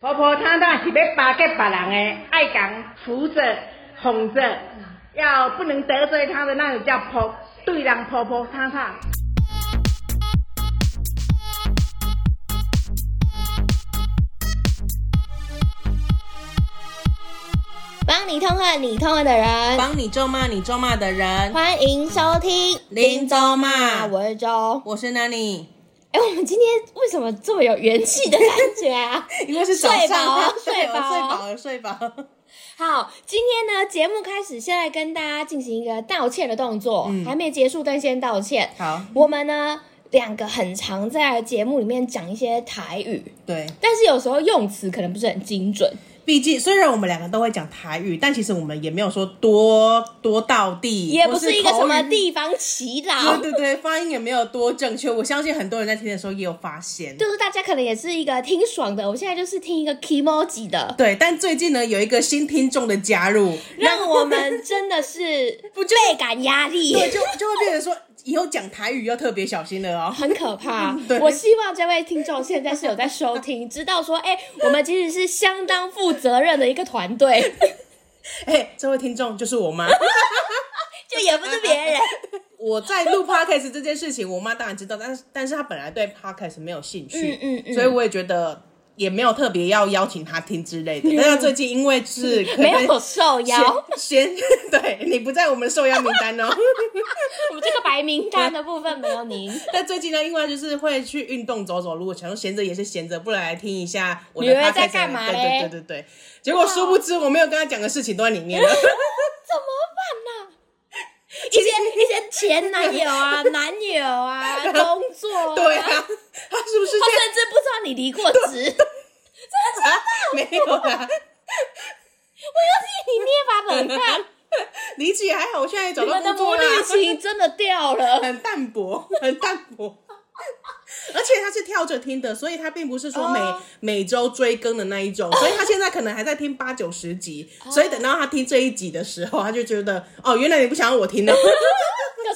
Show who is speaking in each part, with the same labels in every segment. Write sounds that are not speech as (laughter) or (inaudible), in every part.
Speaker 1: 婆婆汤汤是要巴结别人的，爱讲扶着、哄着，要不能得罪她的那种叫婆，对人婆婆汤汤。
Speaker 2: 帮你痛恨你痛恨的人，
Speaker 3: 帮你咒骂你咒骂的人，
Speaker 2: 欢迎收听
Speaker 3: 林州骂
Speaker 2: 我是周。
Speaker 3: 我是 Nani，
Speaker 2: 哎、我们今天为什么这么有元气的感觉啊？
Speaker 3: (laughs) 因为是早
Speaker 2: 睡
Speaker 3: 上
Speaker 2: 饱
Speaker 3: (laughs) 啊，
Speaker 2: 了
Speaker 3: 对
Speaker 2: 睡
Speaker 3: 我
Speaker 2: 饱
Speaker 3: 睡
Speaker 2: 了
Speaker 3: 饱了，睡饱了。
Speaker 2: 好，今天呢，节目开始，先来跟大家进行一个道歉的动作，
Speaker 3: 嗯
Speaker 2: 还没结束，但先道歉。
Speaker 3: 好，
Speaker 2: 我们呢，两个很常在节目里面讲一些台语，
Speaker 3: 对，
Speaker 2: 但是有时候用词可能不是很精准。
Speaker 3: 毕竟虽然我们两个都会讲台语，但其实我们也没有说多多到地，
Speaker 2: 也不
Speaker 3: 或
Speaker 2: 是一个什么
Speaker 3: 口语。
Speaker 2: 地方祈
Speaker 3: 对
Speaker 2: 祷，
Speaker 3: 对对，发音也没有多正确，我相信很多人在听的时候也有发现。
Speaker 2: 就是大家可能也是一个听爽的，我现在就是听一个 k i m o j i (laughs) 的，
Speaker 3: 对，但最近呢，有一个新听众的加 (laughs) 入，
Speaker 2: 让我们真的是 (laughs) 倍感压力，
Speaker 3: 对，就就会变成说，以后讲台语要特别小心了哦。
Speaker 2: 很可 (laughs) 怕
Speaker 3: 对。
Speaker 2: 我希望这位听众现在是有在收听，知道说，哎、我们其实是相当负责任的一个团队，
Speaker 3: 哎、这位听众就是我妈。
Speaker 2: (laughs) 就也不是别人。
Speaker 3: 我在录 podcast 这件事情，我妈当然知道，但是但是她本来对 podcast 没有兴趣，
Speaker 2: (laughs) 嗯嗯嗯
Speaker 3: 所以我也觉得也没有特别要邀请她听之类的。但是最近因
Speaker 2: (laughs)
Speaker 3: 为是可能
Speaker 2: 嗯没有受
Speaker 3: 闲
Speaker 2: 邀，
Speaker 3: (laughs) 闲，对你不在我们受邀名单哦。 (laughs)
Speaker 2: 我们这个白名单的部分没有 (laughs) 您。
Speaker 3: 但最近呢，因为就是会去运动走走路，想说闲着也是闲着，不然来听一下我的
Speaker 2: 女儿
Speaker 3: podcast 啊
Speaker 2: 在干嘛
Speaker 3: 对对
Speaker 2: 嘞
Speaker 3: 对对对，结果殊不知我没有跟她讲的事情都在里面了。
Speaker 2: 哦怎么办呢、一些一些前男友啊、 (laughs) 男友啊、 (laughs) 工作、啊，
Speaker 3: (laughs) 对啊，她是不是
Speaker 2: 他
Speaker 3: 这样
Speaker 2: 甚至不知道你离过职，我
Speaker 3: 啊？ (laughs) 没有啦。
Speaker 2: 又替你捏把冷
Speaker 3: (laughs)
Speaker 2: 汗，
Speaker 3: 离职也还好，我现在也找
Speaker 2: 你
Speaker 3: 到
Speaker 2: 们的
Speaker 3: 工作
Speaker 2: 魔
Speaker 3: 啦。
Speaker 2: 力情真的掉了。
Speaker 3: 很淡薄，很淡薄。而且他是跳着听的，所以他并不是说每、
Speaker 2: 哦
Speaker 3: 每周追更的那一种，所以他现在可能还在听八九十集，
Speaker 2: 哦
Speaker 3: 所以等到他听这一集的时候，他就觉得哦，原来你不想要
Speaker 2: (laughs)
Speaker 3: 我听的，
Speaker 2: 可是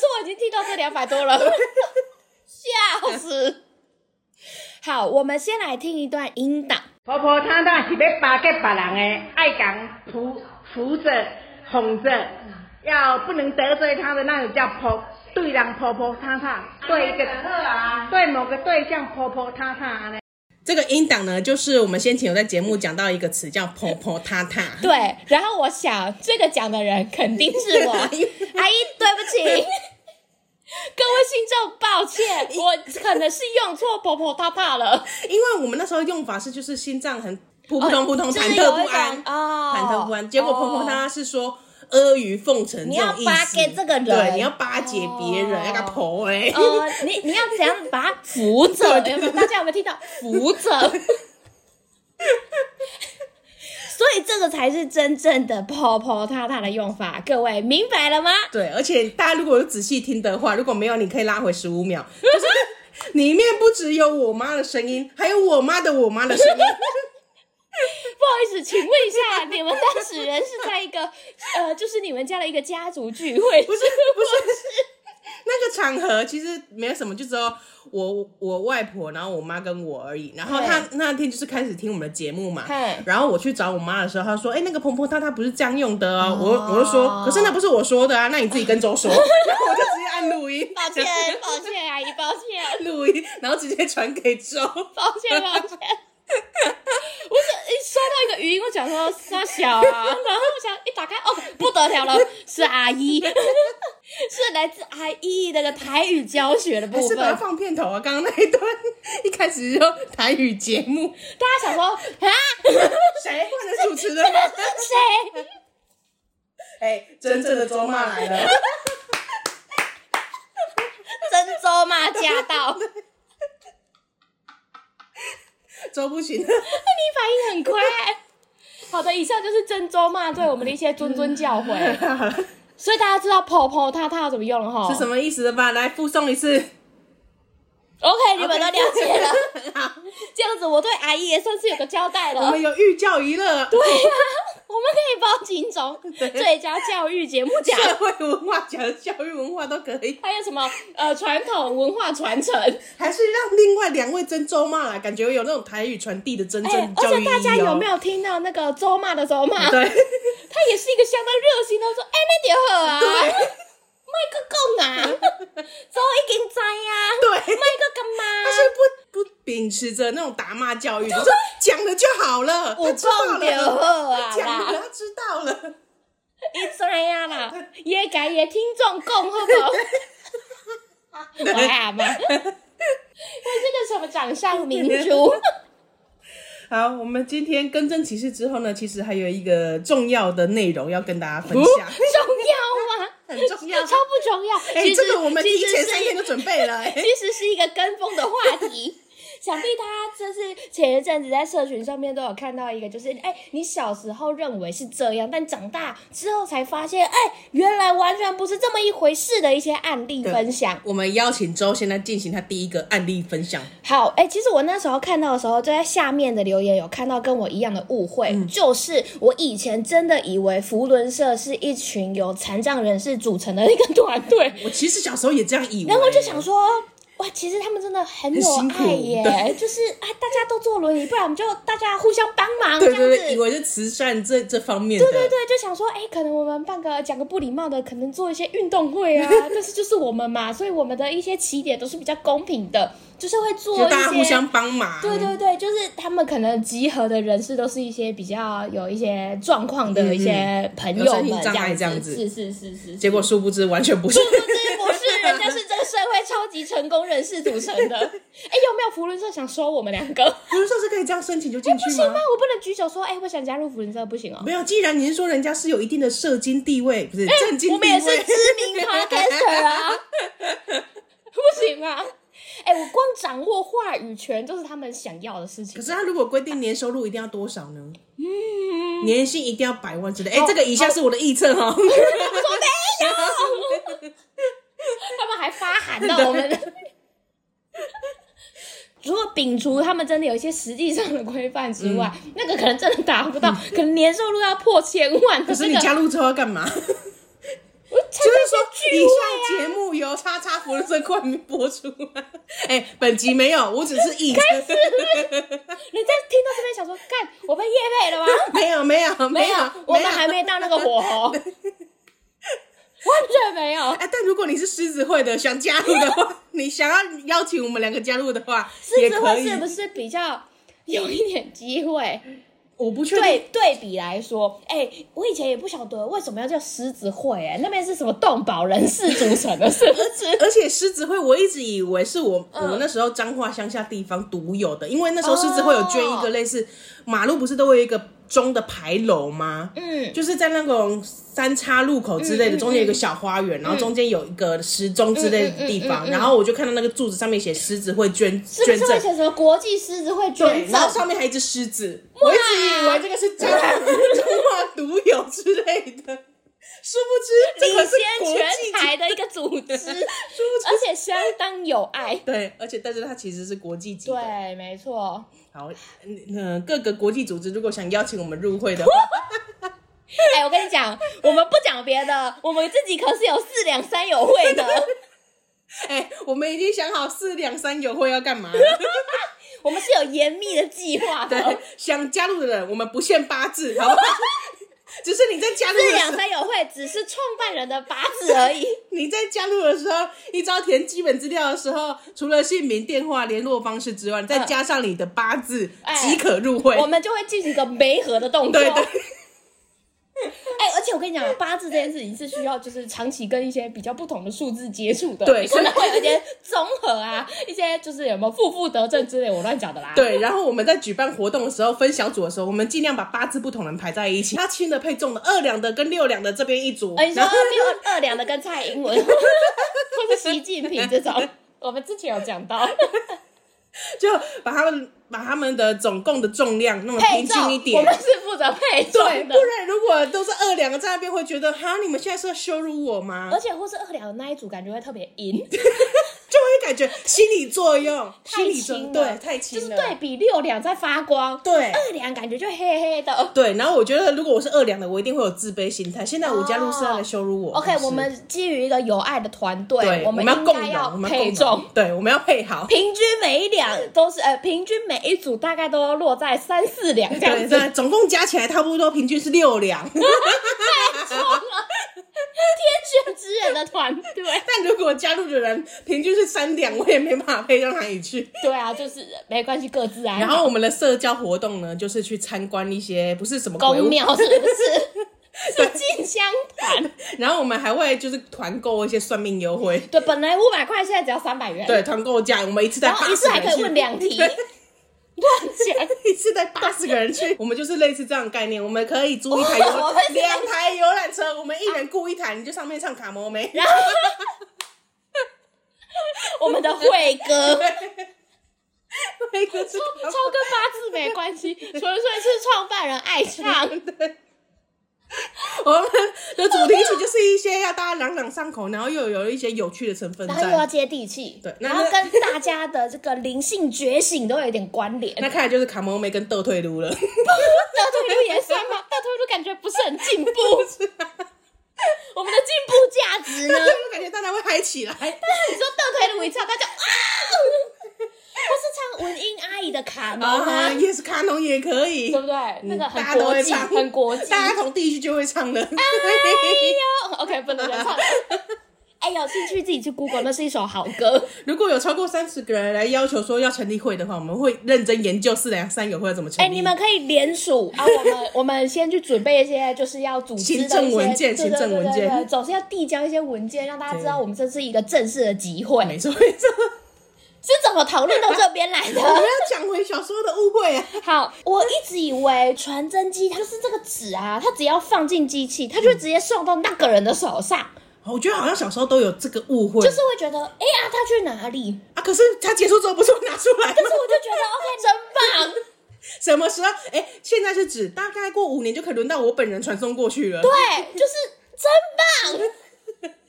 Speaker 2: 我已经听到这两百多
Speaker 3: (laughs)
Speaker 2: 了，笑死！好，我们先来听一段音档。
Speaker 1: 婆婆汤汤是要巴结别人的，爱讲扶扶着、哄着，要不能得罪她的那种叫婆，对人婆婆汤汤，啊对一个对某个对象婆婆汤汤呢。
Speaker 3: 这个音档呢，就是我们先前有在节目讲到一个词叫“婆婆塌塌
Speaker 2: 对，然后我想这个讲的人肯定是
Speaker 3: (laughs)
Speaker 2: 我，阿姨，对不起，各位听众，抱
Speaker 3: (laughs)
Speaker 2: 歉，我可能是用错婆婆她怕了，”，
Speaker 3: 因为我们那时候用法是就是心脏很扑扑通扑通，
Speaker 2: 哦就
Speaker 3: 忐
Speaker 2: 是
Speaker 3: 忑
Speaker 2: 有
Speaker 3: 不
Speaker 2: 一种
Speaker 3: 安，
Speaker 2: 哦，
Speaker 3: 忐忑不安。结果婆婆
Speaker 2: 哦
Speaker 3: 她是说阿谀奉承
Speaker 2: 你
Speaker 3: 这种
Speaker 2: 要
Speaker 3: 意思，
Speaker 2: 巴结这个人
Speaker 3: 对，你要巴结别人，
Speaker 2: 哦
Speaker 3: 要个
Speaker 2: (laughs)
Speaker 3: 婆哎、
Speaker 2: 呃，你你要怎样把它扶
Speaker 3: (laughs)
Speaker 2: 着？有没有？大家有没有听到扶着？ (laughs) 所以这个才是真正的泡泡踏踏的用法，各位明白了吗？
Speaker 3: 对，而且大家如果有仔细听的话，如果没有，你可以拉回十五秒，就是 (laughs) 里面不只有我妈的声音，还有我妈的我妈的
Speaker 2: (laughs)
Speaker 3: 声音。
Speaker 2: 不好意思，请问一下，你们当事人是在一个呃，就是你们家的一个家族聚会，
Speaker 3: 不
Speaker 2: (laughs)
Speaker 3: 是不是，那个场合其实没有什么，就只有我我外婆，然后我妈跟我而已。然后她那天就是开始听我们的节目嘛
Speaker 2: 嘿，
Speaker 3: 然后我去找我妈的时候，她说：“哎、那个婆婆她她不是这样用的哦。
Speaker 2: 哦
Speaker 3: 我我就说：“可是那不是我说的啊，那你自己跟
Speaker 2: (laughs)
Speaker 3: 周说。”然后我就直接按录音， (laughs)
Speaker 2: 抱歉，抱歉，阿姨，抱歉，
Speaker 3: 录音，然后直接传
Speaker 2: (laughs)
Speaker 3: 给周。
Speaker 2: 抱歉，抱歉。 (laughs) 我是一收到一个语音，我想说沙
Speaker 3: (laughs)
Speaker 2: 小啊，然后我想一打开，哦，不得了了，是阿姨， (laughs) 是来自阿姨的台语教学的
Speaker 3: 还
Speaker 2: 部
Speaker 3: 是
Speaker 2: 分。
Speaker 3: 把它
Speaker 2: 大
Speaker 3: 放片头啊！刚刚那一段一开始就台语节
Speaker 2: (laughs)
Speaker 3: 目，
Speaker 2: 嗯家想说啊，
Speaker 3: 谁换了主持人吗？
Speaker 2: 谁？
Speaker 3: (laughs) 哎、真正的周骂
Speaker 2: (laughs)
Speaker 3: 来了。
Speaker 2: 真州骂驾到，你
Speaker 3: 周不行， (laughs)
Speaker 2: 反应很快。好的，以上就是真州骂对我们的一些谆谆教
Speaker 3: (laughs)
Speaker 2: 诲，所以大家知道“泡泡踏踏”怎么用了哈？
Speaker 3: 是什么意思了吧？来附送一次。
Speaker 2: ？OK，你们都了解了。
Speaker 3: (laughs) 好，
Speaker 2: 这样子，我对阿姨也算是有个交代了。 (laughs)
Speaker 3: 我们有寓教于乐。对
Speaker 2: 对呀、啊我们可以报金钟最佳教育节目奖，
Speaker 3: 社会文化奖、教育文化都可以，
Speaker 2: 还有什么呃传统文化传承，
Speaker 3: 还是让另外两位真周骂来，感觉有那种台语传递的真
Speaker 2: 哎、
Speaker 3: 正
Speaker 2: 而
Speaker 3: 教育
Speaker 2: 且
Speaker 3: 意义、哦
Speaker 2: 大家有没有听到那个周骂的周骂？
Speaker 3: 对， (laughs)
Speaker 2: 他也是一个相当热心的说，哎、那点好啊，
Speaker 3: 对
Speaker 2: 麦克讲啊，周已经知啊，
Speaker 3: 对，
Speaker 2: 麦克干嘛？
Speaker 3: 他是不不秉持着那种打骂教育，就是讲了就好了，
Speaker 2: 有
Speaker 3: 他知道
Speaker 2: 讲就好啊
Speaker 3: 了，他讲
Speaker 2: 啦
Speaker 3: 了，他知道了。
Speaker 2: 伊知影啦，伊会甲伊的听众讲好
Speaker 3: (laughs)
Speaker 2: 不好？我阿妈，那这个什么掌上明珠，
Speaker 3: 好，我们今天更正歧视之后呢，其实还有一个重要的内容要跟大家分
Speaker 2: 哦
Speaker 3: 享，
Speaker 2: 重要吗？
Speaker 3: 很重
Speaker 2: (laughs)
Speaker 3: 要。
Speaker 2: 超不重要。
Speaker 3: 哎、
Speaker 2: 其实
Speaker 3: 这个我们提前
Speaker 2: 其
Speaker 3: 三
Speaker 2: 实
Speaker 3: 天
Speaker 2: 是
Speaker 3: 就准备了、哎，
Speaker 2: 其实是一个跟风的话题。 (laughs) 想必大家就是前一阵子在社群上面都有看到一个，就是哎、你小时候认为是这样，但长大之后才发现，哎、原来完全不是这么一回事的一些案例分享。
Speaker 3: 我们邀请周先来进行他第一个案例分享。
Speaker 2: 好，哎、其实我那时候看到的时候，就在下面的留言有看到跟我一样的误会，
Speaker 3: 嗯
Speaker 2: 就是我以前真的以为福伦社是一群由残障人士组成的一个团队，
Speaker 3: 我其实小时候也这样以为，
Speaker 2: 然后就想说，哇，其实他们真的很有
Speaker 3: 很辛苦
Speaker 2: 爱耶
Speaker 3: 对，
Speaker 2: 就是啊，大家都坐轮椅，不然我们就大家互相帮忙这
Speaker 3: 对
Speaker 2: 样子。
Speaker 3: 对对，以为是慈善这这方面的，对
Speaker 2: 对对，就想说，哎、可能我们办个讲个不礼貌的，可能做一些运动会
Speaker 3: (laughs)
Speaker 2: 啊，但是就是我们嘛，所以我们的一些起点都是比较公平的，就是会做
Speaker 3: 就
Speaker 2: 一
Speaker 3: 大家
Speaker 2: 些
Speaker 3: 互相帮忙，
Speaker 2: 对对对，就是他们可能集合的人士都是一些比较有一些状况的一些朋友
Speaker 3: 嗯有身
Speaker 2: 们，
Speaker 3: 心障碍
Speaker 2: 这样
Speaker 3: 这样
Speaker 2: 是是是是。
Speaker 3: 结果殊不知完
Speaker 2: (laughs)
Speaker 3: 全 (laughs) 不是，
Speaker 2: 是不是人家是这个社会超级成功人士组成的？哎、有没有福伦社想收我们两个？不
Speaker 3: 不是说是可以这样申请就进去
Speaker 2: 行
Speaker 3: 吗
Speaker 2: 吗？？哎我不能举手说，哎、我想加入福伦社，不行哦。
Speaker 3: 没有，既然您说人家是有一定的社经地位，不是正经
Speaker 2: 哎我们
Speaker 3: 地
Speaker 2: 也是
Speaker 3: 位，
Speaker 2: 知名 podcaster 啊， (laughs) 不行吗？哎、我光掌握话语权就是他们想要的事情
Speaker 3: 可。是他如果规定年收入一定要多少呢？嗯，年薪一定要百万之
Speaker 2: 哦
Speaker 3: 类。哎、这个以下是我的臆测哦。
Speaker 2: (laughs) 他们还发函到我们。如果摒除他们真的有一些实际上的规范之外，
Speaker 3: 嗯
Speaker 2: 那个可能真的达不到，可能年收入要破千万的
Speaker 3: 可是
Speaker 2: 这
Speaker 3: 你
Speaker 2: 个，
Speaker 3: 加入之后要干嘛？
Speaker 2: (laughs)
Speaker 3: 就
Speaker 2: 我参加
Speaker 3: 是说
Speaker 2: 一些聚
Speaker 3: 以
Speaker 2: 会啊
Speaker 3: 下 (laughs) 节目由叉叉福伦社冠名播出。哎、本集没有，我只是臆测。
Speaker 2: 你在听到这边想说，干，我被夜配了吗？
Speaker 3: 没有 (laughs) 没有
Speaker 2: 没有
Speaker 3: 有，，
Speaker 2: 我们还没到那个火
Speaker 3: (laughs)
Speaker 2: 候，完全没有。
Speaker 3: 哎、但如果你是狮子会的，想加入
Speaker 2: (laughs)
Speaker 3: 的话，你想要邀请我们两个加入的话，
Speaker 2: 狮
Speaker 3: 也
Speaker 2: 子
Speaker 3: 可
Speaker 2: 会
Speaker 3: 以
Speaker 2: 是。不是比较有一点机会？
Speaker 3: 我不确定，
Speaker 2: 对对比来说，哎、我以前也不晓得为什么要叫狮子会、哎，那边是什么动保人士组成的，是不
Speaker 3: (laughs)
Speaker 2: 是？
Speaker 3: 而且狮子会我一直以为是我、我们那时候彰化乡下地方独有的，因为那时候狮子会有捐
Speaker 2: 哦
Speaker 3: 一个类似、马路，不是都会有一个钟的牌楼吗？
Speaker 2: 嗯，
Speaker 3: 就是在那种三叉路口之类的，中间有一个小花
Speaker 2: 嗯
Speaker 3: 园，然后中间有一个时钟之类的地方，然后我就看到那个柱子上面写狮子会捐
Speaker 2: 是不
Speaker 3: 捐
Speaker 2: 是会
Speaker 3: 赠，
Speaker 2: 写什么国际狮子会
Speaker 3: 对
Speaker 2: 捐，
Speaker 3: 然后
Speaker 2: 赠？
Speaker 3: 上面还有一只狮子，我一直以为这个是中中华独有之类
Speaker 2: (laughs)
Speaker 3: 的，殊不知这
Speaker 2: 领
Speaker 3: 个是
Speaker 2: 先
Speaker 3: 国际
Speaker 2: 全台的一个组织， (laughs) 而且相当有爱。
Speaker 3: 对，而且但是它其实 (laughs) 是国际级的。
Speaker 2: 对，没错。
Speaker 3: 好，嗯、呃各个国际组织如果想邀请我们入会的话，
Speaker 2: 哎、我跟你讲，我们不讲别的，我们自己可是有四两三友会
Speaker 3: (laughs)
Speaker 2: 的。
Speaker 3: 哎、我们已经想好四两三友会要
Speaker 2: (laughs)
Speaker 3: 干嘛了。
Speaker 2: 我们是有严密的计划
Speaker 3: 对
Speaker 2: 的。，
Speaker 3: 想加入的人，我们不限八字，好不好？ (laughs) 只是你在加入
Speaker 2: 这
Speaker 3: 的
Speaker 2: 两
Speaker 3: 时候，
Speaker 2: 三友会只是创办人的八字而
Speaker 3: (laughs)
Speaker 2: 已，
Speaker 3: 你在加入的时候，你只要填基本资料的时候，除了姓名、电话、联络方式之外，再加上你的八字，
Speaker 2: 嗯哎
Speaker 3: 即可入会。
Speaker 2: 我们就会进行一个媒合的动作。
Speaker 3: 对对，
Speaker 2: 哎、而且我跟你讲，八字这件事情是需要就是长期跟一些比较不同的数字接触的，
Speaker 3: 对
Speaker 2: 你可能会有一些综合啊，一些就是有没有负负得正之类，我乱讲的啦。，
Speaker 3: 对，然后我们在举办活动的时候，分小组的时候，我们尽量把八字不同人排在一起，他轻的配重的，二两的跟六两的这边一组，
Speaker 2: 哎、你说
Speaker 3: 然后
Speaker 2: 六二两的跟蔡英文 (laughs) 或是习近平这种，我们之前有讲到，
Speaker 3: 就把他们把他们的总共的重量弄得
Speaker 2: 配
Speaker 3: 平
Speaker 2: 重
Speaker 3: 均一，
Speaker 2: 我
Speaker 3: 点
Speaker 2: 们。是负责配重
Speaker 3: 对，
Speaker 2: 的
Speaker 3: 不。然如果都是二两个在那边，会觉得
Speaker 2: 嗯
Speaker 3: 哈，你们现在是要羞辱我吗？
Speaker 2: 而且或是二两的那一组感觉会特别阴，
Speaker 3: 就会感觉心理作用，
Speaker 2: 太
Speaker 3: 心理作
Speaker 2: 轻
Speaker 3: 用
Speaker 2: 了，
Speaker 3: 对，太轻
Speaker 2: 就是
Speaker 3: 了，
Speaker 2: 对比六两在发光，
Speaker 3: 对
Speaker 2: 二两感觉就黑黑的。
Speaker 3: 对，然后我觉得如果我是二两的，我一定会有自卑心态。现在我家路是他来羞辱我。
Speaker 2: 哦 OK，
Speaker 3: 是不
Speaker 2: 我
Speaker 3: 是
Speaker 2: 们基于一个有爱的团
Speaker 3: 对，
Speaker 2: 队，
Speaker 3: 我
Speaker 2: 们
Speaker 3: 要
Speaker 2: 应
Speaker 3: 共
Speaker 2: 该
Speaker 3: 荣，
Speaker 2: 要
Speaker 3: 我们要
Speaker 2: 配
Speaker 3: 共
Speaker 2: 重
Speaker 3: 荣，，对，我们要配好。
Speaker 2: 平均每一两都是呃，平均每一组大概都要落在三四两 (laughs) 这样
Speaker 3: 对，
Speaker 2: 子。
Speaker 3: 那总共加起来差不多平均是六两。 (laughs)
Speaker 2: 天选之人的团
Speaker 3: (laughs)
Speaker 2: 队，
Speaker 3: 但如果加入的人平均是三两，我也没办法配到哪里
Speaker 2: (laughs)
Speaker 3: 去。
Speaker 2: 对啊，就是没关系，各自安好。
Speaker 3: 然后我们的社交活动呢，就是去参观一些不是什么鬼
Speaker 2: 公
Speaker 3: 屋，
Speaker 2: 庙是不是 (laughs) 是进香团？
Speaker 3: 然后我们还会就是团购一些算命优惠，
Speaker 2: 对，本来五百块，现在只要三百元。
Speaker 3: 对，，团购价，我们一次带
Speaker 2: 然
Speaker 3: 八
Speaker 2: 后一
Speaker 3: 十
Speaker 2: 次
Speaker 3: 个
Speaker 2: 还
Speaker 3: 人去，
Speaker 2: 可以问两题，
Speaker 3: 对
Speaker 2: 乱讲。
Speaker 3: (laughs) 一次带八十个人去，我们就是类似这样的概念，我们可以租一 (laughs) 台游
Speaker 2: 我们是
Speaker 3: 两台游览车，我们一人雇一台，你就上面唱卡摩 (laughs) 梅，
Speaker 2: 然后我们的慧哥，
Speaker 3: 每个哎是
Speaker 2: 超跟八字没关系，纯粹是创办人爱
Speaker 3: (laughs)
Speaker 2: 唱。
Speaker 3: 我们的主题曲就是一些要大家朗朗上口，然后又有一些有趣的成分
Speaker 2: 然后又要
Speaker 3: 在。
Speaker 2: 接地气，
Speaker 3: 对那
Speaker 2: 然后跟大家的这个灵性觉醒都有一点关联。
Speaker 3: 那看来就是卡摩梅跟斗退路
Speaker 2: (laughs)
Speaker 3: 了，
Speaker 2: 大腿路也算
Speaker 3: (laughs)
Speaker 2: 吗？大腿路感觉不是很进步，
Speaker 3: 啊
Speaker 2: 我们的进步价值呢？
Speaker 3: (laughs) 我感觉大家会嗨起来。
Speaker 2: 但是你说大腿路一唱，大家啊，或是唱文英阿姨的卡农
Speaker 3: (laughs) 啊，
Speaker 2: 啊，
Speaker 3: 也是卡农也可以
Speaker 2: 对，不对？那个
Speaker 3: 大
Speaker 2: 很
Speaker 3: 家都
Speaker 2: 国
Speaker 3: 会
Speaker 2: 际，
Speaker 3: 唱，
Speaker 2: 很国际。
Speaker 3: 大家同地区就会唱了。
Speaker 2: 哎呦，OK，不能再唱了。 (laughs) 哎，有兴趣自己去 Google，那是一首好 (laughs) 歌。
Speaker 3: (laughs) 如果有超过三十个人来要求说要成立会的话，我们会认真研究四两三友会要怎么成
Speaker 2: 哎，
Speaker 3: 立。
Speaker 2: 你们可以联署啊，我 (laughs) 们我们先去准备一些，就是要组织的一些
Speaker 3: 行政文件
Speaker 2: 对对对
Speaker 3: 行政文
Speaker 2: 对
Speaker 3: 件
Speaker 2: 对对总是要递交一些文件，让大家知道我们这是一个正式的集会。
Speaker 3: 没错没错，
Speaker 2: 是怎么讨论到这边来
Speaker 3: (laughs) 我们
Speaker 2: 的？
Speaker 3: 要讲回小时候的误会啊。
Speaker 2: 好，我一直以为传真机它就是这个纸啊，它只要放进机器，它就直接送到那个人的手上，
Speaker 3: 哦我觉得好像小时候都有这个误会，
Speaker 2: 就是会觉得，哎呀，他去哪里？
Speaker 3: 啊，可是他结束之后不是会拿出来吗 (laughs)
Speaker 2: 但？是我就觉得 OK，真棒。
Speaker 3: 什么时候？哎、现在是指大概过五年就可以轮到我本人传送过去了。对，
Speaker 2: 对，就是真棒。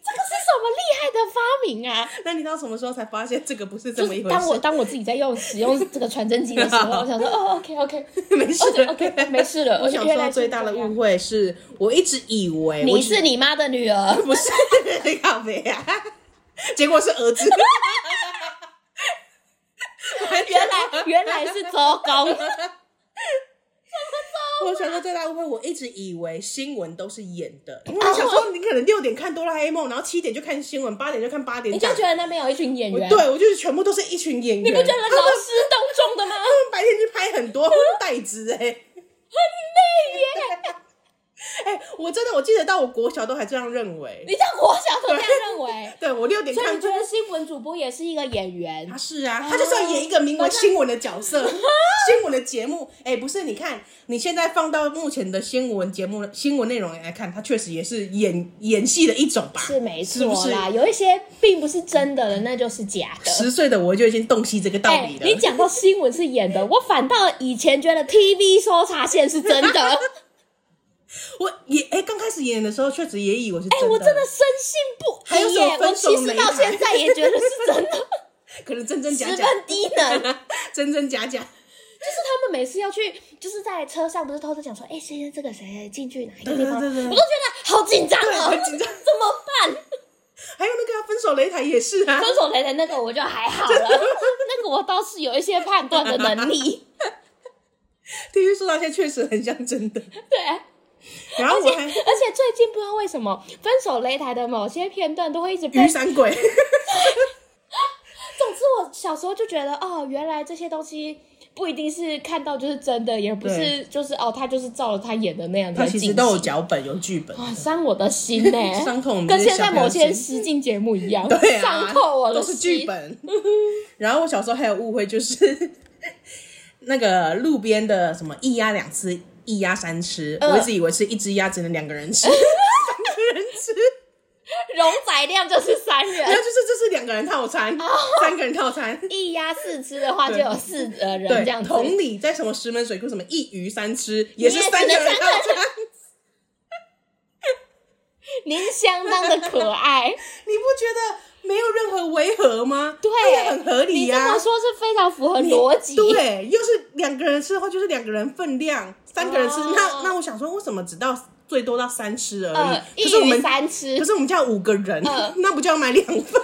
Speaker 2: 这个是什么厉害的发明
Speaker 3: (laughs)
Speaker 2: 啊？
Speaker 3: 那你到什么时候才发现这个不是这
Speaker 2: 就
Speaker 3: 么一
Speaker 2: 是
Speaker 3: 回
Speaker 2: 当我
Speaker 3: 事？
Speaker 2: 当我自己在用使用这个传真机的时候，我想说，哦，OK OK，
Speaker 3: (laughs) 没事
Speaker 2: 哦 OK，没事了
Speaker 3: (laughs) 我小时
Speaker 2: 原来
Speaker 3: 候
Speaker 2: 是
Speaker 3: 最大的
Speaker 2: 这样
Speaker 3: 误会是我一直以为我
Speaker 2: 你是你妈的女儿，
Speaker 3: (laughs) 不是靠北啊？ (laughs) 结果是儿子。 (laughs)
Speaker 2: 原来原来是周
Speaker 3: (laughs)
Speaker 2: 公。
Speaker 3: 我小时候最大误会，我一直以为新闻都是演的，因为我
Speaker 2: 哦
Speaker 3: 小时候你可能六点看哆啦 A 梦，然后七点就看新闻，八点就看八点
Speaker 2: 你
Speaker 3: 档
Speaker 2: 就觉得那边有一群演
Speaker 3: 我
Speaker 2: 员，
Speaker 3: 对我就是全部都是一群演员，
Speaker 2: 你不觉得
Speaker 3: 他们
Speaker 2: 劳师动众
Speaker 3: (laughs)
Speaker 2: 的吗？
Speaker 3: 他们白天去拍很多代职哎、
Speaker 2: 很累耶！
Speaker 3: 哎、我真的我记得到我国小都还这样认为。
Speaker 2: 你在国小都这样认为，
Speaker 3: 对我六点
Speaker 2: 所以
Speaker 3: 看
Speaker 2: 你觉哦得新闻主播也是一个演员
Speaker 3: 他？是啊，他就是要演一个名为新闻的角色，新闻的节目。哎、不是，你看你现在放到目前的新闻节目、新闻内容来看，他确实也是演演戏的一种吧？
Speaker 2: 是没
Speaker 3: 是
Speaker 2: 错
Speaker 3: 不是
Speaker 2: 啦，有一些并不是真的的，那就是假的。
Speaker 3: 十岁的我就已经洞悉这个道
Speaker 2: 哎
Speaker 3: 理，了。
Speaker 2: 你讲到新闻是演
Speaker 3: (laughs)
Speaker 2: 的，我反倒以前觉得 TV 搜查线是真
Speaker 3: (laughs)
Speaker 2: 的。哎、
Speaker 3: 我也哎，刚、开始演的时候确实也以为是真的，
Speaker 2: 哎我真的深信不
Speaker 3: 还有
Speaker 2: 疑
Speaker 3: 什么
Speaker 2: 耶！我
Speaker 3: 分手
Speaker 2: 其实
Speaker 3: 擂
Speaker 2: 到
Speaker 3: 台
Speaker 2: 现在也觉得是真
Speaker 3: (laughs)
Speaker 2: 的，
Speaker 3: 可能真真假
Speaker 2: 十
Speaker 3: 假，
Speaker 2: 分低能。
Speaker 3: (laughs) 真真假
Speaker 2: 就
Speaker 3: 假。
Speaker 2: 是他们每次要去，就是在车上不是偷偷讲说，哎、先生这个谁谁进去哪一个
Speaker 3: 对
Speaker 2: 地方，
Speaker 3: 对对对
Speaker 2: 我都觉得好紧张哦，
Speaker 3: 对很紧张
Speaker 2: 怎么
Speaker 3: (laughs)
Speaker 2: 办？
Speaker 3: 还有那个啊分手擂台也是啊， (laughs)
Speaker 2: 分手擂台那个我就还好了，那个我倒是有一些判断的能力，
Speaker 3: (laughs) 体育说到现在确实很像真的。
Speaker 2: 对。
Speaker 3: 然后
Speaker 2: 而且
Speaker 3: 啊我
Speaker 2: 而
Speaker 3: 还
Speaker 2: 且最近不知道为什么，分手擂台的某些片段都会一直被
Speaker 3: 雨。伞
Speaker 2: (laughs)
Speaker 3: 鬼，
Speaker 2: 总之，我小时候就觉得，哦，原来这些东西不一定是看到就是真的，也不是就是哦，他就是照了他演的那样
Speaker 3: 他
Speaker 2: 的
Speaker 3: 其
Speaker 2: 进行。
Speaker 3: 实都有脚本有剧本。
Speaker 2: 哇，伤我的心呢、
Speaker 3: (laughs) 伤透我们这
Speaker 2: 跟
Speaker 3: 些
Speaker 2: 现在
Speaker 3: 小朋友
Speaker 2: 某些
Speaker 3: 的
Speaker 2: 实境节目一样，
Speaker 3: 对啊，
Speaker 2: 伤透我的
Speaker 3: 都是
Speaker 2: 心。
Speaker 3: 剧本。然后我小时候还有误会，就是 (laughs) 那个路边的什么一鸭两吃，一鸭三吃，
Speaker 2: 嗯
Speaker 3: 我一直以为是一只鸭只能两个
Speaker 2: (laughs)
Speaker 3: 人吃，三个人吃， (laughs)
Speaker 2: 容载量就是三
Speaker 3: 然后 (laughs)
Speaker 2: 人，
Speaker 3: 就是这是两个人套
Speaker 2: 哦
Speaker 3: 餐，三个人套餐。
Speaker 2: 一鸭四吃的话就
Speaker 3: 对
Speaker 2: 有四呃人
Speaker 3: 对
Speaker 2: 这样，子。
Speaker 3: 同理，在什么石门水库，什么一鱼三吃，也是
Speaker 2: 也只
Speaker 3: 三个
Speaker 2: 能
Speaker 3: 人
Speaker 2: 三
Speaker 3: 套
Speaker 2: 个人
Speaker 3: 餐。 (laughs)
Speaker 2: 您相当的可爱，
Speaker 3: (laughs) 你不觉得没有任何违和吗？
Speaker 2: 对
Speaker 3: 这也很合理
Speaker 2: 你这
Speaker 3: 呀、
Speaker 2: 么说是非常符合逻辑。
Speaker 3: 对，又是两个人吃的话，就是两个人分量，三个人吃，
Speaker 2: 哦
Speaker 3: 那那我想说，为什么只到最多到三吃而
Speaker 2: 呃，
Speaker 3: 已？
Speaker 2: 一
Speaker 3: 可是我
Speaker 2: 鱼
Speaker 3: 们
Speaker 2: 三吃，
Speaker 3: 可是我们家有五个人，
Speaker 2: 嗯
Speaker 3: (laughs) 那不就要买两份？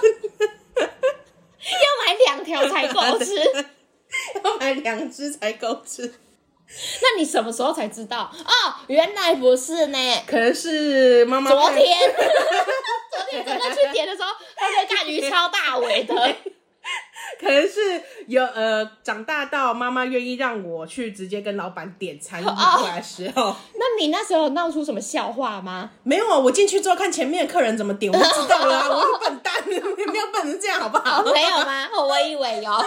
Speaker 2: 要买两条才够吃。
Speaker 3: (laughs) 要买两只才够吃。
Speaker 2: 那你什么时候才知道？哦，原来不是呢。
Speaker 3: 可能是妈妈
Speaker 2: 昨
Speaker 3: 派
Speaker 2: 天， (laughs) 昨天真的去点的时候，他在干鱼超大尾的。
Speaker 3: 可能是有呃，长大到妈妈愿意让我去直接跟老板点餐
Speaker 2: 哦
Speaker 3: 过来的时候，
Speaker 2: (laughs) 那你那时候有闹出什么笑话吗？
Speaker 3: 没有啊，我进去之后看前面的客人怎么点，我就知道了、啊，我是笨蛋， (laughs) 没有笨成这样，好不好？ (laughs)
Speaker 2: 哦，没有吗？哦我以为有。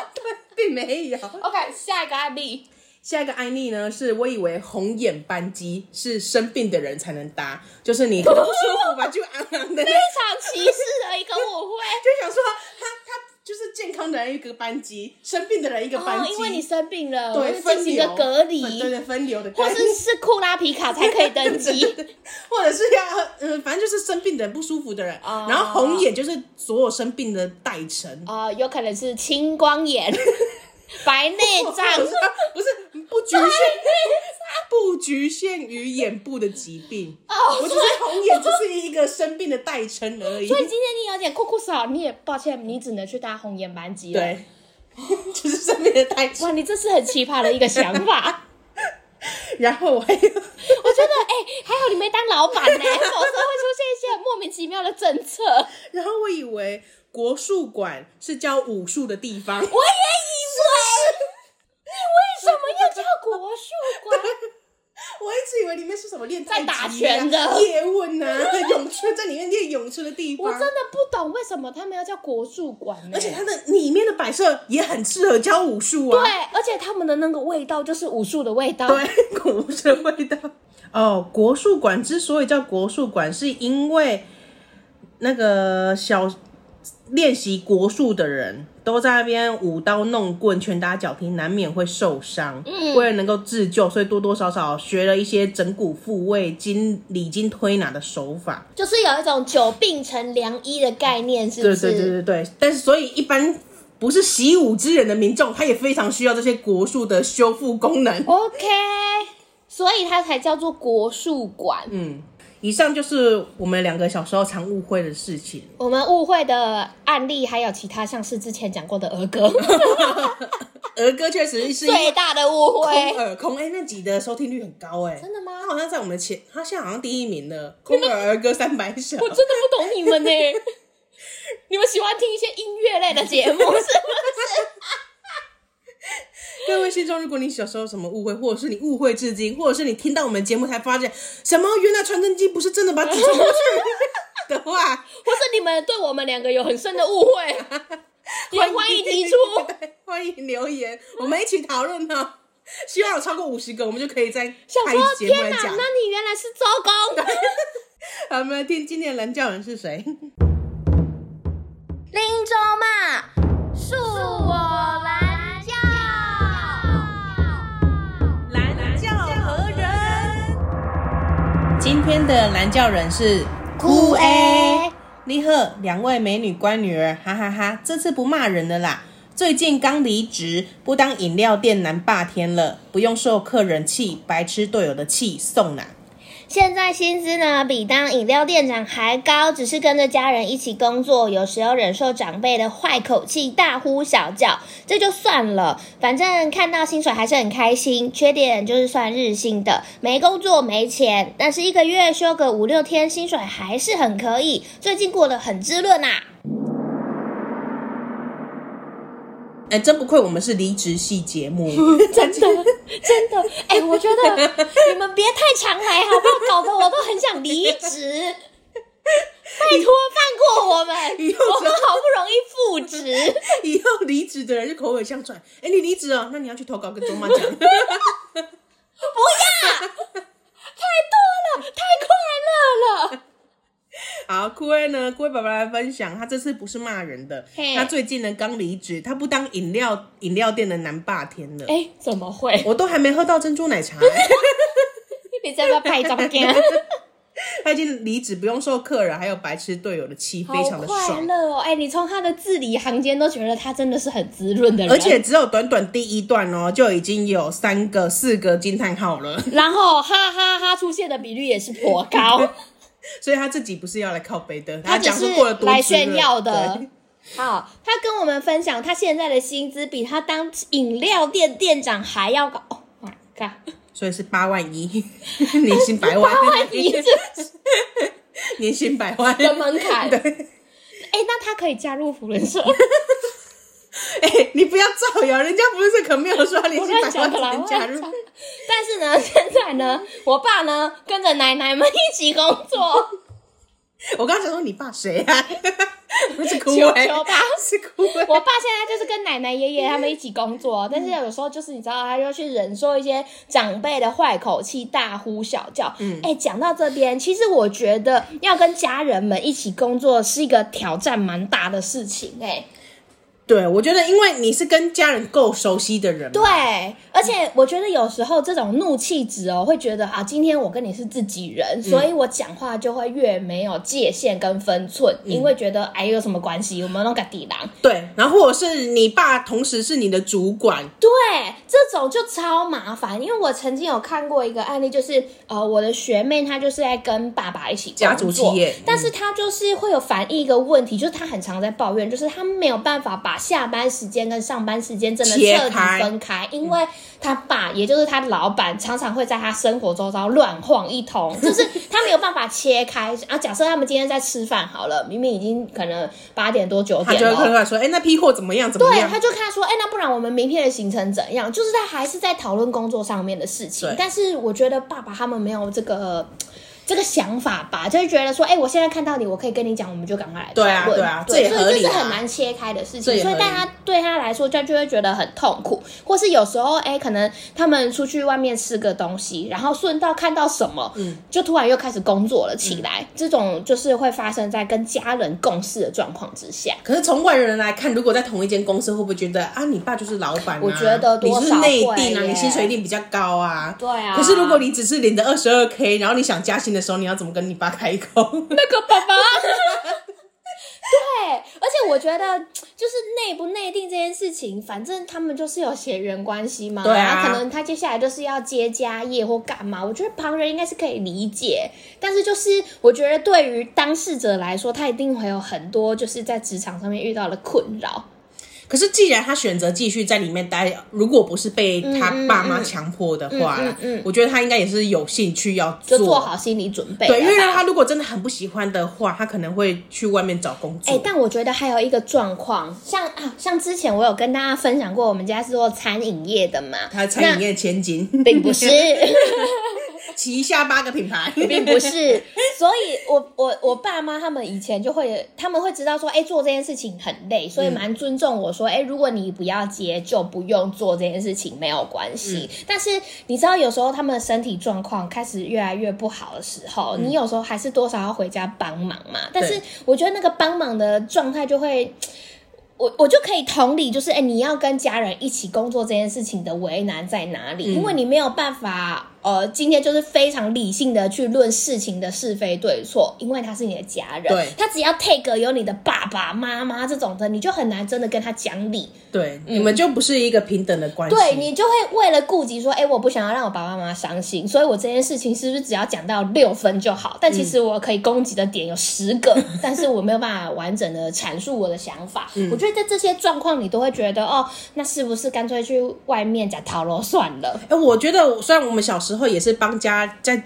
Speaker 3: 并没有。
Speaker 2: (laughs) OK，下一个案例。
Speaker 3: 下一个案例呢，是我以为红眼班机是生病的人才能搭，就是你可 (laughs) 能不舒服吧，就昂昂的，就
Speaker 2: 非常歧视的一个 (laughs) 误会。
Speaker 3: 想说他他就是健康的人一个班机，生病的人一个班
Speaker 2: 哦，
Speaker 3: 机，
Speaker 2: 因为你生病了，我
Speaker 3: 对
Speaker 2: 们进
Speaker 3: 分
Speaker 2: 行一个
Speaker 3: 流
Speaker 2: 隔离，
Speaker 3: 对对对分流的概
Speaker 2: 或
Speaker 3: 念，
Speaker 2: 是是库拉皮卡才可以登 (laughs) 机。
Speaker 3: 或者是要嗯、呃，反正就是生病的人、不舒服的人，
Speaker 2: 哦
Speaker 3: 然后红眼就是所有生病的代称。
Speaker 2: 啊，有可能是青光 (laughs) 眼、 (laughs) 白内
Speaker 3: 不是
Speaker 2: 障。
Speaker 3: (laughs) 不是不局限，不局限于眼部的疾病。
Speaker 2: 哦
Speaker 3: 我只是红眼，只是一个生病的代称而已
Speaker 2: 所。以今天你有点酷酷少，你也抱歉，你只能去搭红眼班机了。
Speaker 3: 对，就是生病的代
Speaker 2: 哇，
Speaker 3: 称。
Speaker 2: 你这是很奇葩的一个想
Speaker 3: (laughs)
Speaker 2: 法。
Speaker 3: 然后我还有，
Speaker 2: 我觉得，哎、还好你没当老板呢、否则会出现一些莫名其妙的政策。我
Speaker 3: 然 (laughs) 后我以为国术馆是教武术的地方。
Speaker 2: 也以为，你为什么要叫国术馆？
Speaker 3: (laughs) 啊我一直以为里面是什么练太极、啊、
Speaker 2: 在打拳的
Speaker 3: 叶问啊、 (laughs) 咏春，在里面练咏春的地方。
Speaker 2: 我真的不懂为什么他们要叫国术馆呢、
Speaker 3: 而且它的里面的摆设也很适合教武术啊。
Speaker 2: 对，而且他们的那个味道就是武术的味道。
Speaker 3: 对，古武的味道。哦，国术馆之所以叫国术馆，是因为那个小练习国术的人都在那边舞刀弄棍、拳打脚踢，难免会受伤。嗯，为了能够自救，所以多多少少学了一些整骨复位、筋理筋推拿的手法。
Speaker 2: 就是有一种久病成良医的概念，是不
Speaker 3: 对
Speaker 2: 是？
Speaker 3: 对对对对，但是所以一般不是习武之人的民众，他也非常需要这些国术的修复功能。
Speaker 2: OK，所以它才叫做国术馆。
Speaker 3: 嗯，以上就是我们两个小时候常误会的事情。
Speaker 2: 我们误会的案例还有其他，像是之前讲过的儿
Speaker 3: (laughs)
Speaker 2: 歌，
Speaker 3: 儿歌确实是因
Speaker 2: 最
Speaker 3: 为
Speaker 2: 大的误
Speaker 3: 空
Speaker 2: 会。
Speaker 3: 耳空哎、那集的收听率很高哎、
Speaker 2: 真的吗
Speaker 3: 他好像在我们的前，他现在好像第一名了。空耳儿歌三百
Speaker 2: (laughs)
Speaker 3: 首，
Speaker 2: 我真的不懂你们
Speaker 3: (laughs)
Speaker 2: 呢、你们喜欢听一些音乐类的节
Speaker 3: (laughs)
Speaker 2: 目是不是？
Speaker 3: 各位听众，如果你小时候有什么误会，或者是你误会至今，或者是你听到我们节目才发现什么原来传真机不是真的把纸传过去的话，
Speaker 2: 或是你们对我们两个有很深的误
Speaker 3: (laughs)
Speaker 2: 会，也欢迎提出。
Speaker 3: 对，欢迎留言，我们一起讨论哦。希望有超过五十个，我们就可以再
Speaker 2: 想
Speaker 3: 开一
Speaker 2: 说
Speaker 3: 集节目
Speaker 2: 天
Speaker 3: 来
Speaker 2: 哪，
Speaker 3: 讲
Speaker 2: 那。你原来是周公。
Speaker 3: (laughs) 好，我们来听今天的蓝教人是谁？
Speaker 2: 林州骂，恕我蓝教。
Speaker 3: 蓝教何人？今天的蓝教人是
Speaker 2: 哭 A
Speaker 3: 你好，两位美女乖女儿，哈哈哈这次不骂人了啦。最近刚离职，不当饮料店男霸天了，不用受客人气，白吃队友的气，送啦。
Speaker 2: 现在薪资呢比当饮料店长还高，只是跟着家人一起工作，有时候忍受长辈的坏口气，大呼小叫，这就算了。反正看到薪水还是很开心。缺点就是算日薪的，没工作没钱，但是一个月休个五六天，薪水还是很可以。最近过得很滋润啊。
Speaker 3: 哎，真不愧我们是离职系节目， (laughs)
Speaker 2: 真的， (laughs) 真的，哎、我觉 (laughs) 得你们别太常来好不好？搞得我都很想离 (laughs) 职。拜托，放过我们， (laughs)
Speaker 3: 以后
Speaker 2: 我
Speaker 3: 只
Speaker 2: 们
Speaker 3: 要
Speaker 2: 好不容易复职，
Speaker 3: 以后离职的人就口耳相传。哎，你离职了，那你要去投稿跟中妈讲。
Speaker 2: 太多了，太快乐了。
Speaker 3: 好，酷威呢？酷威爸爸来分享，他这次不是骂人的
Speaker 2: 嘿，
Speaker 3: 他最近呢刚离职，他不当饮料饮料店的男霸天
Speaker 2: (laughs)
Speaker 3: 了。
Speaker 2: 哎、怎么会？
Speaker 3: 我都还没喝到珍珠奶茶、欸，
Speaker 2: (laughs) 你在不要拍照片？
Speaker 3: (laughs) 他已经离职不用授课了，还有白痴队友的气，非常的
Speaker 2: 好快
Speaker 3: 爽。
Speaker 2: 乐哦！哎、你从他的字里行间都觉得他真的是很滋润的人，
Speaker 3: 而且只有短短第一段哦，就已经有三个、四个惊叹号了， (laughs)
Speaker 2: 然后哈哈哈出现的比率也是颇高，
Speaker 3: 所以他自己不是要来靠背的，
Speaker 2: 他只
Speaker 3: 讲
Speaker 2: 是
Speaker 3: 说过了多
Speaker 2: 来
Speaker 3: 值了
Speaker 2: 炫耀的
Speaker 3: 对。
Speaker 2: 好，他跟我们分享他现在的薪资比他当饮料店店长还要高。Oh my god！
Speaker 3: 所以是八万一， (laughs) 年薪百万，
Speaker 2: 八万一这
Speaker 3: (laughs) 年薪百万
Speaker 2: 的门槛
Speaker 3: 对，
Speaker 2: 哎、那他可以加入福人
Speaker 3: (laughs)
Speaker 2: 社，
Speaker 3: 哎、 (laughs) 你不要造谣，人家不是可没有说年
Speaker 2: 我
Speaker 3: 薪
Speaker 2: 乱
Speaker 3: 百
Speaker 2: 讲
Speaker 3: 万
Speaker 2: 的啦，我
Speaker 3: 才
Speaker 2: 乱
Speaker 3: 能加
Speaker 2: 讲
Speaker 3: 入。。
Speaker 2: 但是呢，现在呢，我爸呢跟着奶奶们一起工作，
Speaker 3: 我刚想说你爸谁啊？ (laughs) 不是哭
Speaker 2: 球
Speaker 3: 哎、
Speaker 2: 球吧
Speaker 3: 是哭
Speaker 2: (laughs)
Speaker 3: 哎、
Speaker 2: 我爸现在就是跟奶奶、爷爷他们一起工作，但是有时候就是你知道，他就去忍受一些长辈的坏口气、大呼小叫。嗯，哎、讲到这边，其实我觉得要跟家人们一起工作是一个挑战蛮大的事情、哎，
Speaker 3: 对，我觉得因为你是跟家人够熟悉的人，
Speaker 2: 对，，而且我觉得有时候这种怒气值哦，会觉得啊，今天我跟你是自己人，所以我讲话就会越没有界限跟分寸，因为觉得哎有什么关系，我们弄个底狼。
Speaker 3: 对，然后或者是你爸同时是你的主管，
Speaker 2: 对，这种就超麻烦，因为我曾经有看过一个案例，就是呃，我的学妹她就是在跟爸爸一起工作
Speaker 3: 家族企业嗯
Speaker 2: 但是她就是会有反映一个问题，就是她很常在抱怨，就是她没有办法把下班时间跟上班时间真的
Speaker 3: 切
Speaker 2: 彻底
Speaker 3: 开
Speaker 2: 分开，
Speaker 3: 嗯
Speaker 2: 因为她爸也就是她老板常常会在她生活周遭乱晃一通，
Speaker 3: (laughs)
Speaker 2: 就是她没有办法切开。啊，假设他们今天在吃饭好了，明明已经可能八点多九
Speaker 3: 他
Speaker 2: 点
Speaker 3: 就
Speaker 2: 了
Speaker 3: 会，客观说，哎、那批货怎么样？怎么
Speaker 2: 对，
Speaker 3: 样
Speaker 2: 他？就跟他说，哎、那不然我们明天的行程怎样？就是他还是在讨论工作上面的事情
Speaker 3: 对，
Speaker 2: 但是我觉得爸爸他们没有这个。这个想法吧，就是觉得说，哎、我现在看到你，我可以跟你讲，我们就赶快来讨
Speaker 3: 对啊
Speaker 2: 论。
Speaker 3: 对啊这也
Speaker 2: 所以
Speaker 3: 合
Speaker 2: 这
Speaker 3: 理
Speaker 2: 是
Speaker 3: 啊
Speaker 2: 很难切开的事
Speaker 3: 这
Speaker 2: 情。
Speaker 3: 也
Speaker 2: 所以，
Speaker 3: 合
Speaker 2: 但
Speaker 3: 理
Speaker 2: 他对他来说，他就会觉得很痛苦，或是有时候，哎、可能他们出去外面吃个东西，然后顺道看到什么，
Speaker 3: 嗯
Speaker 2: 就突然又开始工作了起来。这种就是会发生在跟家人共事的状况之下。
Speaker 3: 可是从外人来看，如果在同一间公司，会不会觉得啊，你爸就是老板、啊？
Speaker 2: 我觉得
Speaker 3: 你
Speaker 2: 多少
Speaker 3: 就是内定啊，
Speaker 2: 会耶
Speaker 3: 你薪水一定比较高啊。
Speaker 2: 对啊
Speaker 3: 可是如果你只是领着二十二 k，然后你想加薪的时候，你要怎么跟你爸开口？
Speaker 2: 那个爸爸。对，而且我觉得就是内不内定这件事情，反正他们就是有血缘关系嘛，
Speaker 3: 对啊
Speaker 2: 然后可能他接下来就是要接家业或干嘛，我觉得旁人应该是可以理解，但是就是我觉得对于当事者来说，他一定会有很多就是在职场上面遇到的困扰，
Speaker 3: 可是既然他选择继续在里面待，如果不是被他爸妈强迫的话啦，
Speaker 2: 嗯嗯嗯嗯
Speaker 3: 我觉得他应该也是有兴趣要
Speaker 2: 就
Speaker 3: 做。
Speaker 2: 做好心理准备了吧。
Speaker 3: 对，因为他如果真的很不喜欢的话，他可能会去外面找工
Speaker 2: 哎、
Speaker 3: 作。
Speaker 2: 但我觉得还有一个状况，像啊，像之前我有跟大家分享过，我们家是做餐饮业的嘛，
Speaker 3: 他餐饮业千金， (laughs)
Speaker 2: 那并不是。
Speaker 3: 旗下八个品牌，
Speaker 2: 并不是，所以我我我爸妈他们以前就会，他们会知道说，哎、做这件事情很累，所以蛮尊重我说，哎、如果你不要接，就不用做这件事情，没有关系。但是你知道，有时候他们的身体状况开始越来越不好的时候，你有时候还是多少要回家帮忙嘛。但是我觉得那个帮忙的状态就会。我我就可以同理，就是哎、你要跟家人一起工作这件事情的为难在哪里？因为你没有办法，呃，今天就是非常理性的去论事情的是非对错，因为他是你的家人，
Speaker 3: 对
Speaker 2: 他只要 take 有你的爸爸妈妈这种的，你就很难真的跟他讲理。
Speaker 3: 对，你们就不是一个平等的关系。
Speaker 2: 对你就会为了顾及说，哎、我不想要让我爸爸妈妈伤心，所以我这件事情是不是只要讲到六分就好？但其实我可以攻击的点有十个，
Speaker 3: (laughs)
Speaker 2: 但是我没有办法完整的阐述我的想法。
Speaker 3: 嗯
Speaker 2: 我觉得在这些状况，你都会觉得，哦，那是不是干脆去外面讲讨论算
Speaker 3: (laughs)
Speaker 2: 了？
Speaker 3: 哎、我觉得虽然我们小时候也是帮家在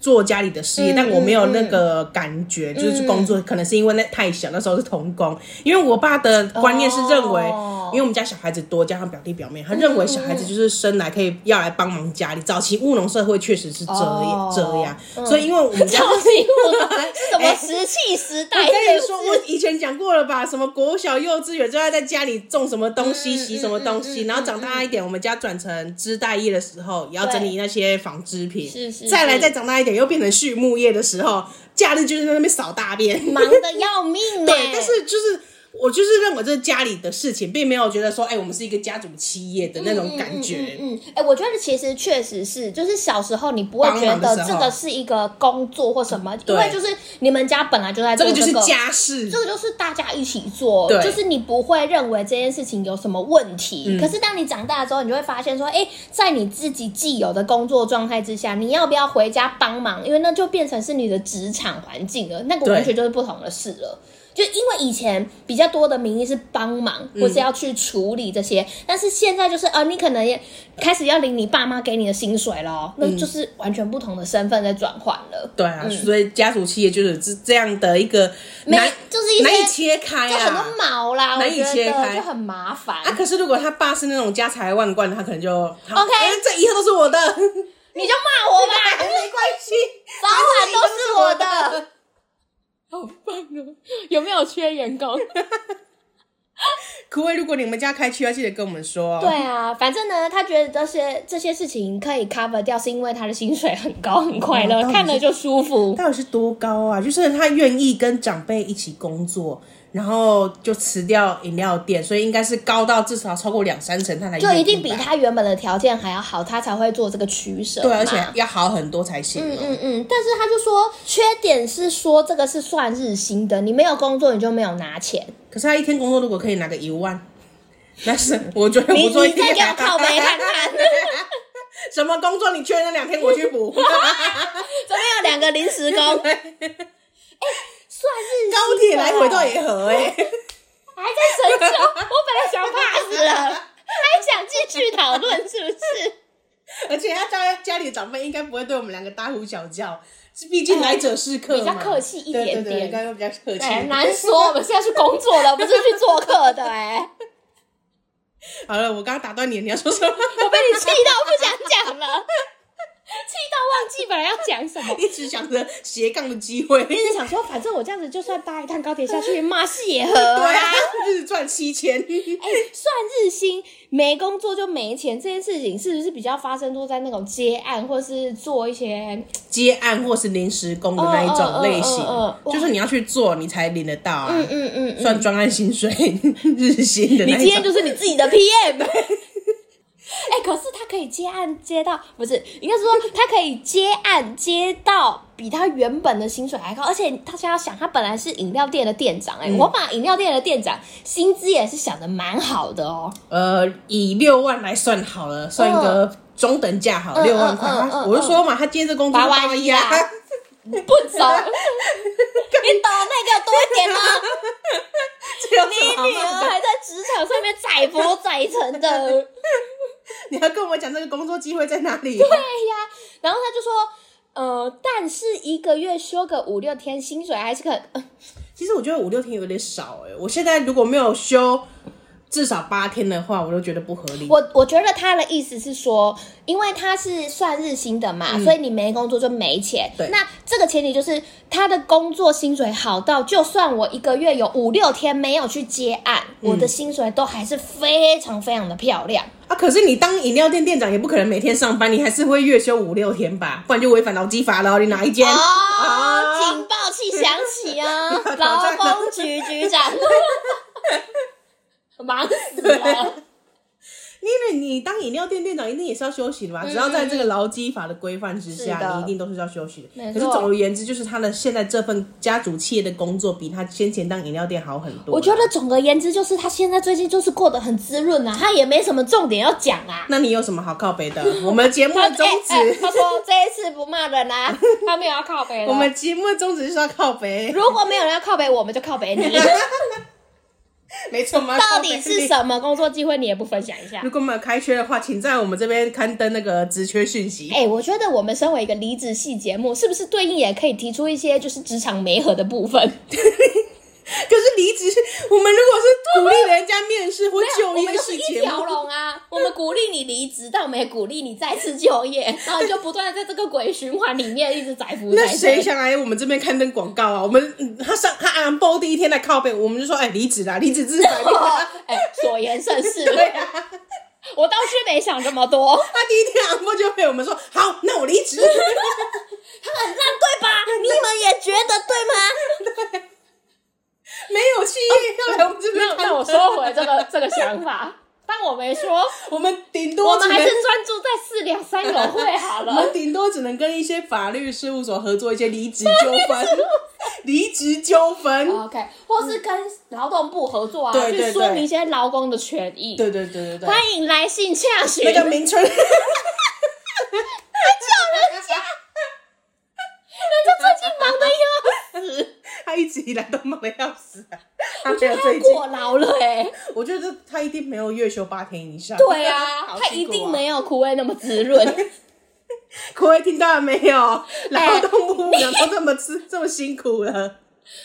Speaker 3: 做家里的事业，
Speaker 2: 嗯
Speaker 3: 但我没有那个感觉，就是工作可能是因为那太小，那时候是童工。因为我爸的观念是认为，
Speaker 2: 哦嗯
Speaker 3: 因为我们家小孩子多，加上表弟表妹，他认为小孩子就是生来可以要来帮忙家里。早期务农社会确实是这样、
Speaker 2: 哦
Speaker 3: 这样，所以因为
Speaker 2: (laughs)
Speaker 3: 我们家
Speaker 2: 超级我的是什么石器时代？
Speaker 3: 哎我跟你说，我以前讲过了吧？什么国小、幼稚园就要在家里种什么东
Speaker 2: 嗯
Speaker 3: 西、洗什么东西，然后长大一点，我们家转成织带业的时候，也要整理那些纺织品。
Speaker 2: 是是
Speaker 3: 再来，
Speaker 2: 是
Speaker 3: 再长大一点，又变成畜 (laughs) 牧业的时候，假日就是在那边扫大便。
Speaker 2: 忙的要命呢、欸
Speaker 3: 对，但是就是我就是认为这是家里的事情，并没有觉得说，哎、我们是一个家族企业的那种感觉。
Speaker 2: 嗯，哎、嗯哎我觉得其实确实是，就是小时候你不会觉
Speaker 3: 帮忙的时
Speaker 2: 得
Speaker 3: 候
Speaker 2: 这个是一个工作或什么，因
Speaker 3: 对
Speaker 2: 为就是你们家本来就在
Speaker 3: 这
Speaker 2: 做
Speaker 3: 个
Speaker 2: 嗯这
Speaker 3: 就是
Speaker 2: 个。
Speaker 3: 家事，
Speaker 2: 这个就是大家一起做，
Speaker 3: 对嗯
Speaker 2: 就是你不会认为这件事情有什么问题。可是当你长大之后，你就会发现说，哎，在你自己既有的工作状态之下，你要不要回家帮忙？因为那就变成是你的职场环境了，那个
Speaker 3: 对
Speaker 2: 完全就是不同的事了。就因为以前比较多的名义是帮忙，
Speaker 3: 嗯
Speaker 2: 或是要去处理这些，但是现在就是呃，你可能也开始要领你爸妈给你的薪水咯，那
Speaker 3: 嗯
Speaker 2: 就是完全不同的身份在转换了。
Speaker 3: 对啊，所以家族企业就是这这样的一个
Speaker 2: 嗯没
Speaker 3: 难，
Speaker 2: 就是一些
Speaker 3: 难以切开
Speaker 2: 就很多
Speaker 3: 啊。
Speaker 2: 毛啦，我
Speaker 3: 难以
Speaker 2: 觉得
Speaker 3: 切开
Speaker 2: 就很麻烦。
Speaker 3: 啊，可是如果他爸是那种家财万贯的，他可能就
Speaker 2: OK
Speaker 3: 哎这以后都
Speaker 2: (laughs)
Speaker 3: 是我的，
Speaker 2: 你就骂我吧，
Speaker 3: 没关系，
Speaker 2: 早晚都是我的。
Speaker 3: (laughs) 好棒哦！
Speaker 2: 有没有缺员工？
Speaker 3: 可位，如果你们家开区要记得跟我们说。
Speaker 2: (laughs) 对，啊，反正呢，他觉得这些这些事情可以 cover 掉，是因为他的薪水很高，很快乐，
Speaker 3: 嗯
Speaker 2: 看了就舒服。
Speaker 3: 到底是多高啊？就是他愿意跟长辈一起工作，然后就辞掉饮料店，所以应该是高到至少超过两三成，他才
Speaker 2: 就
Speaker 3: 愿意
Speaker 2: 一定比
Speaker 3: 吧
Speaker 2: 他原本的条件还要好，他才会做这个取舍嘛。
Speaker 3: 对，啊而且要好很多才行哦。
Speaker 2: 嗯嗯嗯，但是他就说缺点是说这个是算日薪的，你没有工作你就没有拿钱，
Speaker 3: 可是他一天工作如果可以拿个一万，那是我觉得
Speaker 2: 你
Speaker 3: 不做一
Speaker 2: 你
Speaker 3: 天
Speaker 2: 再给我靠背看看，
Speaker 3: (laughs) 什么工作？你缺那两天我去补。 (laughs)
Speaker 2: 怎么有两个临时工？哎算是
Speaker 3: 高铁来回到也合哎、
Speaker 2: 还在神州，我本来想 pass 了，还想继续讨论是不
Speaker 3: (laughs)
Speaker 2: 是？
Speaker 3: 而且他家家里的长辈应该不会对我们两个大呼小叫，毕竟来者是客嘛、
Speaker 2: 比较客气一点点
Speaker 3: 对对对，应该会比较客气。
Speaker 2: 哎，难说，我们是要去工作的，不是去做客的哎、
Speaker 3: 好了，我刚刚打断你，你要说什么？
Speaker 2: 我被你气到不想讲了，气到忘记本来要讲什么。
Speaker 3: 一直想着斜杠的机会。
Speaker 2: 一直想说，反正我这样子就算搭一趟高铁下去，骂是也合
Speaker 3: 对啊
Speaker 2: 啊。，
Speaker 3: 日赚七千，
Speaker 2: 哎、算日薪没工作就没钱这件事情，是不是比较发生多在那种接案或是做一些
Speaker 3: 接案或是临时工的那一种类型
Speaker 2: 哦哦哦哦哦，哇
Speaker 3: 就是你要去做，你才领得到啊。
Speaker 2: 嗯嗯嗯嗯，
Speaker 3: 算专案薪水日薪的
Speaker 2: 你
Speaker 3: 那一种。
Speaker 2: 今天就是你自己的 PM。哎、可是他可以接案接到，不是应该是说他可以接案接到比他原本的薪水还高，而且大家要想，他本来是饮料店的店长、
Speaker 3: 嗯
Speaker 2: 哎、我把饮料店的店长薪资也是想的蛮好的哦。
Speaker 3: 呃，以六万来算好了，算一个中等价好，
Speaker 2: 嗯
Speaker 3: 六万块。
Speaker 2: 嗯嗯
Speaker 3: 他
Speaker 2: 嗯
Speaker 3: 我就说嘛，他今天这工作
Speaker 2: 八
Speaker 3: 八
Speaker 2: 万
Speaker 3: 万
Speaker 2: 一啊不走，你懂
Speaker 3: (laughs)
Speaker 2: 那个多一点吗？
Speaker 3: 这有什么
Speaker 2: 你女
Speaker 3: 好
Speaker 2: 儿
Speaker 3: 骂的
Speaker 2: 还在职场上面载浮载沉的。
Speaker 3: 你要跟我讲这个工作机会在哪里？
Speaker 2: 然后他就说，呃，但是一个月休个五六天，薪水还是很，
Speaker 3: 其实我觉得五六天有点少哎、我现在如果没有休至少八天的话，我都觉得不合理。
Speaker 2: 我我觉得他的意思是说，因为他是算日薪的嘛，所以你没工作就没钱。
Speaker 3: 对
Speaker 2: 那这个前提就是他的工作薪水好到，就算我一个月有五六天没有去接案，我的薪水都还是非常非常的漂亮。
Speaker 3: 啊，可是你当饮料店店长也不可能每天上班，你还是会月休五六天吧，不然就违反劳基法了哦。你哪一间？
Speaker 2: 哦，警报器响起啊！劳工局局长， (laughs) 忙死了。
Speaker 3: 因为你当饮料店店长一定也是要休息的吧？只要在这个劳基法的规范之
Speaker 2: 嗯是的
Speaker 3: 下，你一定都是要休息的。
Speaker 2: 没错
Speaker 3: 可是总而言之，就是他的现在这份家族企业的工作，比他先前当饮料店好很多。
Speaker 2: 我觉得，总而言之，就是他现在最近就是过得很滋润啊，他也没什么重点要讲啊。
Speaker 3: 那你有什么好靠北的？我们节目的宗
Speaker 2: 哎哎
Speaker 3: 旨，
Speaker 2: (laughs) 他说这一次不骂人 (laughs) 啊，他没有要靠北了。
Speaker 3: 我们节目的宗旨就是要靠
Speaker 2: (laughs)
Speaker 3: 北，
Speaker 2: 如果没有人要靠北，我们就靠北你。
Speaker 3: 没错吗？
Speaker 2: 到底是
Speaker 3: 么？
Speaker 2: 什么工作机会，你也不分享一下
Speaker 3: 如？果没有开缺的话，请在我们这边刊登那个职缺讯息。
Speaker 2: (laughs) 哎、我觉得我们身为一个离职系节目，是不是对应也可以提出一些就是职场媒合的部分？
Speaker 3: 可是离职，我们如果是鼓励人家面试或就
Speaker 2: 我们 (laughs)
Speaker 3: 业
Speaker 2: 就是
Speaker 3: 式
Speaker 2: 一
Speaker 3: 节
Speaker 2: 条
Speaker 3: 目，
Speaker 2: 龙啊！我们鼓励你离职，但我们也鼓励你再次就业，然后你就不断的在这个鬼循环里面一直载浮载
Speaker 3: 那
Speaker 2: 沉。
Speaker 3: 谁想来我们这边刊登广告啊？我们、嗯他上他安播第一天来靠背，我们就说哎离职啦，离职自白。
Speaker 2: 哦？哎、所言甚 (laughs) 是。
Speaker 3: 对啊，
Speaker 2: 我倒是没想这么多。
Speaker 3: 他第一天安播就被我们说好，那我离
Speaker 2: (laughs)
Speaker 3: 职。
Speaker 2: 很烂，对吧？你们也觉得对吗？
Speaker 3: (laughs) 没有企业要来我们这
Speaker 2: 想法，当我没说，
Speaker 3: 我们顶多
Speaker 2: 我们
Speaker 3: 只能
Speaker 2: 还是专注在四两三友会好
Speaker 3: 我们 (laughs)
Speaker 2: 了。
Speaker 3: 顶多只能跟一些法律事务所合作一些离职纠
Speaker 2: (laughs)
Speaker 3: 纷，离职纠纷。
Speaker 2: OK，或是跟劳动部合作啊，
Speaker 3: 对对对
Speaker 2: 去说明一些劳工的权益。
Speaker 3: 对对对对对，
Speaker 2: 欢迎来信洽询。
Speaker 3: 那个名称， (laughs)
Speaker 2: 人家最近忙的要死，
Speaker 3: 他一直以来都忙得要死、啊，他
Speaker 2: 我觉
Speaker 3: (laughs)
Speaker 2: 得
Speaker 3: 没有
Speaker 2: 他
Speaker 3: 最近，
Speaker 2: 过劳了哎、
Speaker 3: 我觉得他一定没有月休八天以上。
Speaker 2: 对啊，
Speaker 3: 好
Speaker 2: 他
Speaker 3: 辛
Speaker 2: 一
Speaker 3: 苦
Speaker 2: 定
Speaker 3: 啊
Speaker 2: 没有苦味那么滋润。
Speaker 3: (laughs) 各位听到了没有？
Speaker 2: 哎
Speaker 3: 劳动部长都这么吃这么辛苦了，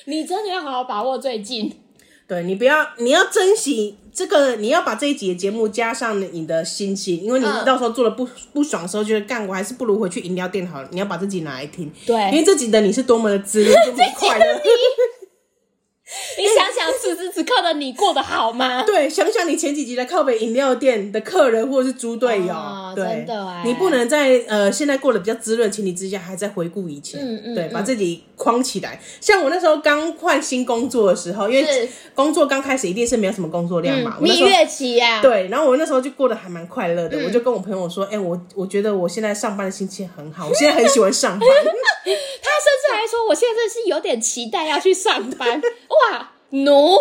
Speaker 2: 你真的要好好把握最近。
Speaker 3: 对你不要，你要珍惜这个，你要把这一集的节目加上你的心情，因为你
Speaker 2: 嗯
Speaker 3: 到时候做了不不爽的时候，觉得干我还是不如回去饮料店好了。你要把自己拿来听，因为
Speaker 2: 对，
Speaker 3: 这集的你是多么的滋
Speaker 2: (laughs)
Speaker 3: 润，多么的快乐。
Speaker 2: 你 (laughs) 想想此时此刻的你过得好吗？
Speaker 3: 对，想想你前几集的靠北饮料店的客人或者是猪队友，
Speaker 2: 哦
Speaker 3: 对，
Speaker 2: 真的哎
Speaker 3: 你不能在呃现在过得比较滋润的情理之下，还在回顾以前，
Speaker 2: 嗯嗯
Speaker 3: 对，
Speaker 2: 嗯
Speaker 3: 把自己框起来。像我那时候刚换新工作的时候，因为
Speaker 2: 是
Speaker 3: 工作刚开始一定是没有什么工作量嘛，
Speaker 2: 嗯，
Speaker 3: 我那
Speaker 2: 蜜
Speaker 3: 时候。
Speaker 2: 月期呀、啊，
Speaker 3: 对，然后我那时候就过得还蛮快乐
Speaker 2: 嗯
Speaker 3: 的，我就跟我朋友说，哎、我我觉得我现在上班的心情很好，我现在很喜欢上班， (laughs)
Speaker 2: 他甚至还说我现在是有点期待要去上班。 (laughs) 哇，奴，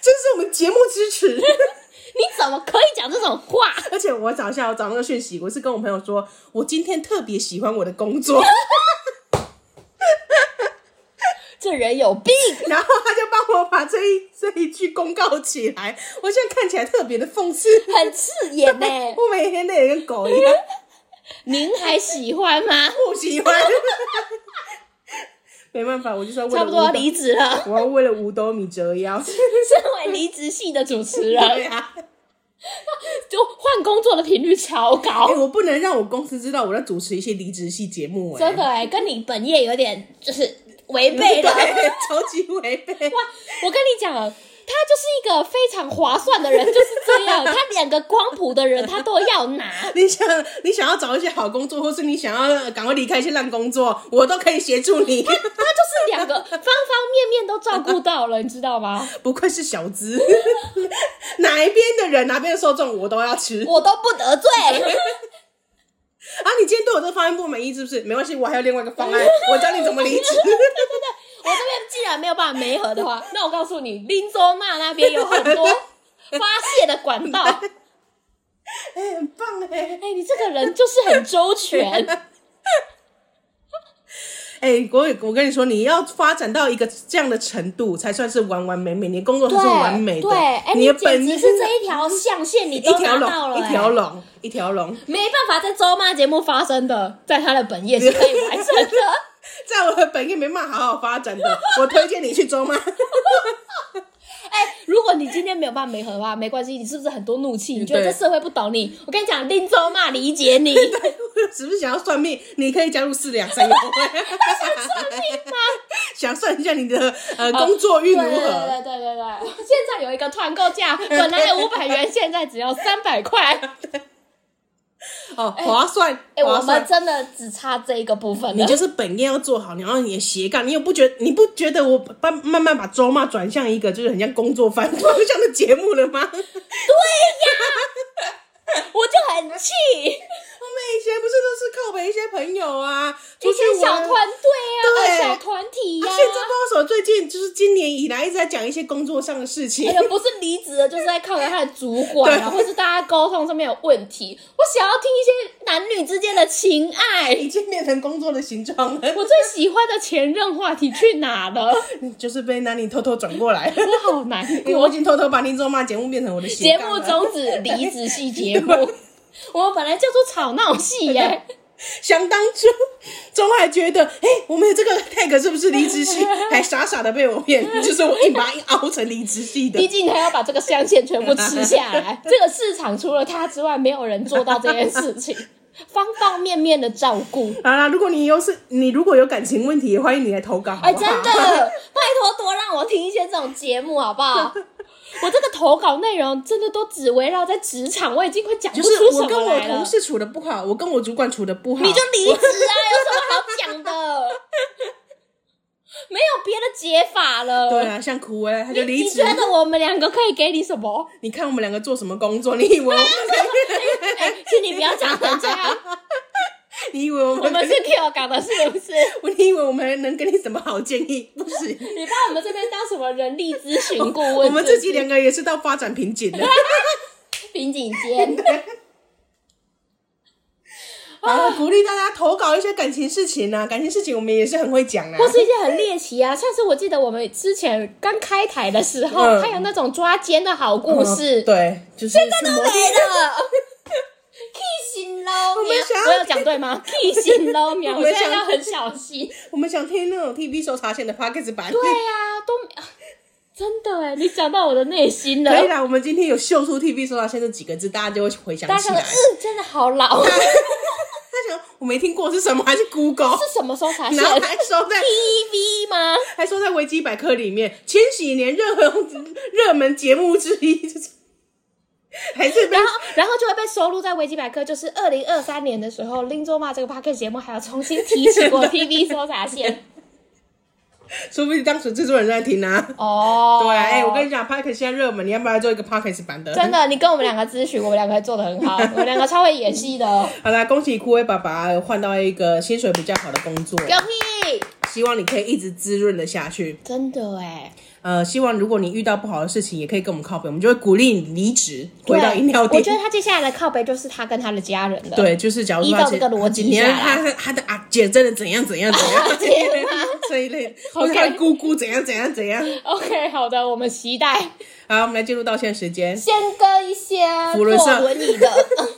Speaker 3: 这是我们节目支持。 (laughs)
Speaker 2: 你怎么可以讲这种话？
Speaker 3: 而且我找一下，我找那个讯息，我是跟我朋友说，我今天特别喜欢我的工作。 (laughs)
Speaker 2: 这人有病。
Speaker 3: 然后他就帮我把这一这一句公告起来，我现在看起来特别的讽刺，
Speaker 2: 很刺眼
Speaker 3: (laughs)
Speaker 2: 呢、
Speaker 3: 我每天累得跟狗一样，
Speaker 2: 您还喜欢吗？
Speaker 3: 不喜欢。 (laughs) 没办法，我就是要为了
Speaker 2: 差不多要
Speaker 3: 五斗
Speaker 2: 离职
Speaker 3: (laughs)
Speaker 2: 了，
Speaker 3: 我要为了五斗米折
Speaker 2: (laughs)
Speaker 3: 腰。
Speaker 2: 身为离职系的主持
Speaker 3: 对
Speaker 2: 人，
Speaker 3: 啊，
Speaker 2: 就换工作的频率超高
Speaker 3: 哎、，我不能让我公司知道我在主持一些离职系节目、哎，
Speaker 2: 真
Speaker 3: (laughs)
Speaker 2: 的哎、跟你本业有点就是违背
Speaker 3: 对
Speaker 2: 了。，
Speaker 3: 超级违背。
Speaker 2: (laughs) 哇，我跟你讲，他就是一个非常划算的人，就是这样。他两个光谱的人，他都要拿。
Speaker 3: 你想，你想要找一些好工作，或是你想要呃赶快离开一些烂工作，我都可以协助你。 (laughs)
Speaker 2: 他就是两个方方面面都照顾到了，你知道吗？
Speaker 3: 不愧是小资， (laughs) 哪一边的人，哪边的受众，我都要吃。
Speaker 2: (laughs) 我都不 (laughs) 得罪，
Speaker 3: 啊，你今天对我这个方案不满意是不是？没关系，我还有另外一个
Speaker 2: (laughs)
Speaker 3: 方案，我教你怎么离职。
Speaker 2: 我这边既然没有办法媒合的话，那我告诉你，林州骂那边有很多发泄的管 (laughs) 道。哎、
Speaker 3: 哎、很棒哎、
Speaker 2: 你这个人就是很周 (laughs) 全，
Speaker 3: 哎、国伟，我跟你说，你要发展到一个这样的程度，才算是完完美美，你的工作才
Speaker 2: 对
Speaker 3: 是完美的。
Speaker 2: 对，哎、
Speaker 3: 你的本
Speaker 2: 简直
Speaker 3: 质
Speaker 2: 是这一条象限，你
Speaker 3: 一
Speaker 2: 都
Speaker 3: 条
Speaker 2: 拿到
Speaker 3: 龙，
Speaker 2: 了、
Speaker 3: 一
Speaker 2: 哎
Speaker 3: 条龙，一条龙。
Speaker 2: 没办法在周骂节目发生的，在他的本业是可以完成
Speaker 3: (laughs)
Speaker 2: 的。
Speaker 3: 在我的本业没办法好好发展的，我推荐你去周妈。 (laughs)
Speaker 2: 哎、如果你今天没有办法没合的话，没关系，你是不是很多怒气？你觉得
Speaker 3: 对
Speaker 2: 这社会不懂你？我跟你讲，林州骂理解你，你
Speaker 3: 是不是想要算命？你可以加入四两三
Speaker 2: (laughs)
Speaker 3: 友会。想算一下你的呃工作运如
Speaker 2: 哦对对对
Speaker 3: 何？
Speaker 2: 对对对，现在有一个团购价，本来有五百元，现在只要三百
Speaker 3: (laughs)
Speaker 2: 块。
Speaker 3: 哦，划算，
Speaker 2: 哎、我
Speaker 3: 划算
Speaker 2: 们。真的只差这一个部分了
Speaker 3: 你就是本业要做好，然后你的斜杠，你又不觉得你不觉得我把慢慢把周骂转向一个就是很 (laughs) 像工作番方向的节目了吗？ (laughs) 我们
Speaker 2: 我就很气，
Speaker 3: 以前不是都是靠北一些朋友啊，出
Speaker 2: 一
Speaker 3: 去
Speaker 2: 些
Speaker 3: 玩
Speaker 2: 小团队啊，
Speaker 3: 对
Speaker 2: 小团体
Speaker 3: 啊
Speaker 2: 呀、
Speaker 3: 现在不知道为什么最近就是今年以来一直在讲一些工作上的事
Speaker 2: (laughs)
Speaker 3: 情
Speaker 2: 哎，呀，不是离职了，就是在靠着他的主管啊，
Speaker 3: 对
Speaker 2: 或是大家沟通上面有问题。我想要听一些男女之间的情爱。
Speaker 3: 已经变成工作的形状了， (laughs)
Speaker 2: 我最喜欢的前任话题去哪了？
Speaker 3: 就是被南里偷偷转过
Speaker 2: (laughs)
Speaker 3: 来。
Speaker 2: 我好难
Speaker 3: 因为我
Speaker 2: 过
Speaker 3: 已。经偷偷把林周骂节目变成我的斜
Speaker 2: 节
Speaker 3: 杠
Speaker 2: 目
Speaker 3: 了
Speaker 2: 终止，离职系节
Speaker 3: (laughs)
Speaker 2: 目。我们本来叫做吵闹系耶、
Speaker 3: 想当初，钟还觉得，哎、我们有这个 tag 是不是离
Speaker 2: (laughs)
Speaker 3: 职系？还傻傻的被我骗，就是我硬把它硬凹成离职系的
Speaker 2: (laughs) 毕。竟他要把这个象限全部吃下来。这个市场除了他之外，没有人做到这件事
Speaker 3: (laughs)
Speaker 2: 情，方方面面的照顾。
Speaker 3: 好啦，如果你有是，你如果有感情问题，也欢迎你来投稿，好不好？
Speaker 2: 哎，真的，拜托多让我听一些这种节目好不
Speaker 3: (laughs)
Speaker 2: 好？我这个投稿内容真的都只围绕在职场，我已经快讲不
Speaker 3: 就
Speaker 2: 出
Speaker 3: 是
Speaker 2: 什
Speaker 3: 我
Speaker 2: 么
Speaker 3: 跟我
Speaker 2: 来
Speaker 3: 同
Speaker 2: 了。
Speaker 3: 事处的不好，我跟我主管处的不好， (laughs)
Speaker 2: 你就离职啊，有什么好讲的？没有别的解法了。
Speaker 3: 对啊，像苦哎、他
Speaker 2: 你
Speaker 3: 就离
Speaker 2: 你
Speaker 3: 职
Speaker 2: 觉。得我们两个可以给你什 (laughs) 么？
Speaker 3: 你看我们两个做什么工作？你 (laughs) 以为我们
Speaker 2: 哎、请你不要讲成这 (laughs) 样，
Speaker 3: 你以为我
Speaker 2: 我
Speaker 3: 们
Speaker 2: 们是 Q 港的，是不是？
Speaker 3: 你 (laughs) 以为我们能给你什么好建议？ (laughs) 不行，
Speaker 2: (laughs) 你把我们这边当什么人力咨询顾问？
Speaker 3: 我们
Speaker 2: 是
Speaker 3: 自
Speaker 2: 不是
Speaker 3: 己两个也是到发展瓶颈
Speaker 2: (laughs)
Speaker 3: 了。
Speaker 2: 瓶颈间，
Speaker 3: 啊，鼓励大家投稿一些感情事情啊，感情事情我们也是很会讲啊。
Speaker 2: 或是一些很猎奇啊。上次我记得我们之前刚开台的时候，
Speaker 3: 嗯
Speaker 2: 还有那种抓奸的好故事，
Speaker 3: 嗯
Speaker 2: (laughs)
Speaker 3: 对，就是现在
Speaker 2: 都没了。K 型捞
Speaker 3: 我
Speaker 2: 喵
Speaker 3: 们想，要
Speaker 2: 我有讲对 (laughs) 吗？K 型捞喵，
Speaker 3: 我
Speaker 2: 我
Speaker 3: 们
Speaker 2: 现
Speaker 3: 想
Speaker 2: 在要很小心。
Speaker 3: 我们想听那种 TV 搜查线的 p o c k e t
Speaker 2: (laughs)
Speaker 3: 版。
Speaker 2: 对呀、都没啊真的哎，你讲到我的内心了。
Speaker 3: 可以啦，我们今天有秀出 TV 搜查线这几个字，大家就会回想
Speaker 2: 大家
Speaker 3: 起
Speaker 2: 想
Speaker 3: 来 (laughs)
Speaker 2: 说，。嗯，真的好老，是
Speaker 3: 他想我没听过是什么，还是 Google，
Speaker 2: 什么时候才写
Speaker 3: 然后还说在
Speaker 2: TV 吗？
Speaker 3: 还说在维基百科里面，千禧年热门热门节目之一，就是还是被
Speaker 2: 然后，然后就会被收录在维基百科，就是二零二三年的时候，林卓玛这个 p a r k 节目还要重新提起
Speaker 3: (laughs)
Speaker 2: 过 TV 搜查线。
Speaker 3: 说不定当时制作人在听啊。
Speaker 2: 哦，
Speaker 3: 对，哎、我跟你讲 p o c k e t 现在热门，你要不要做一个 p o c k e t 版的？
Speaker 2: 真的，你跟我们两个咨询，我们两个做的
Speaker 3: (laughs)
Speaker 2: 很好，我们两个超会演戏的，
Speaker 3: 好啦，恭喜枯萎爸爸换到一个薪水比较好的工作，
Speaker 2: 恭喜！
Speaker 3: 希望你可以一直滋润的下去。
Speaker 2: 真的哎，
Speaker 3: 呃，希望如果你遇到不好的事情，也可以跟我们靠背，我们就会鼓励你离职，回到
Speaker 2: 对啊
Speaker 3: 饮料店
Speaker 2: 我觉。得他接下来的靠背就是他跟他的家人了。
Speaker 3: 对，就是假如说
Speaker 2: 依照
Speaker 3: 他今
Speaker 2: 这个逻辑
Speaker 3: 今天
Speaker 2: 下来啊
Speaker 3: 他他他的阿姐真的怎样怎样怎样 (laughs) 这一类这一类，或者他的姑姑怎样怎样怎样。
Speaker 2: ，OK，好的，我们期待。
Speaker 3: 好，我们来进入道歉时间。
Speaker 2: 先跟一些
Speaker 3: 福
Speaker 2: 坐
Speaker 3: 伦社
Speaker 2: 轮椅的 (laughs)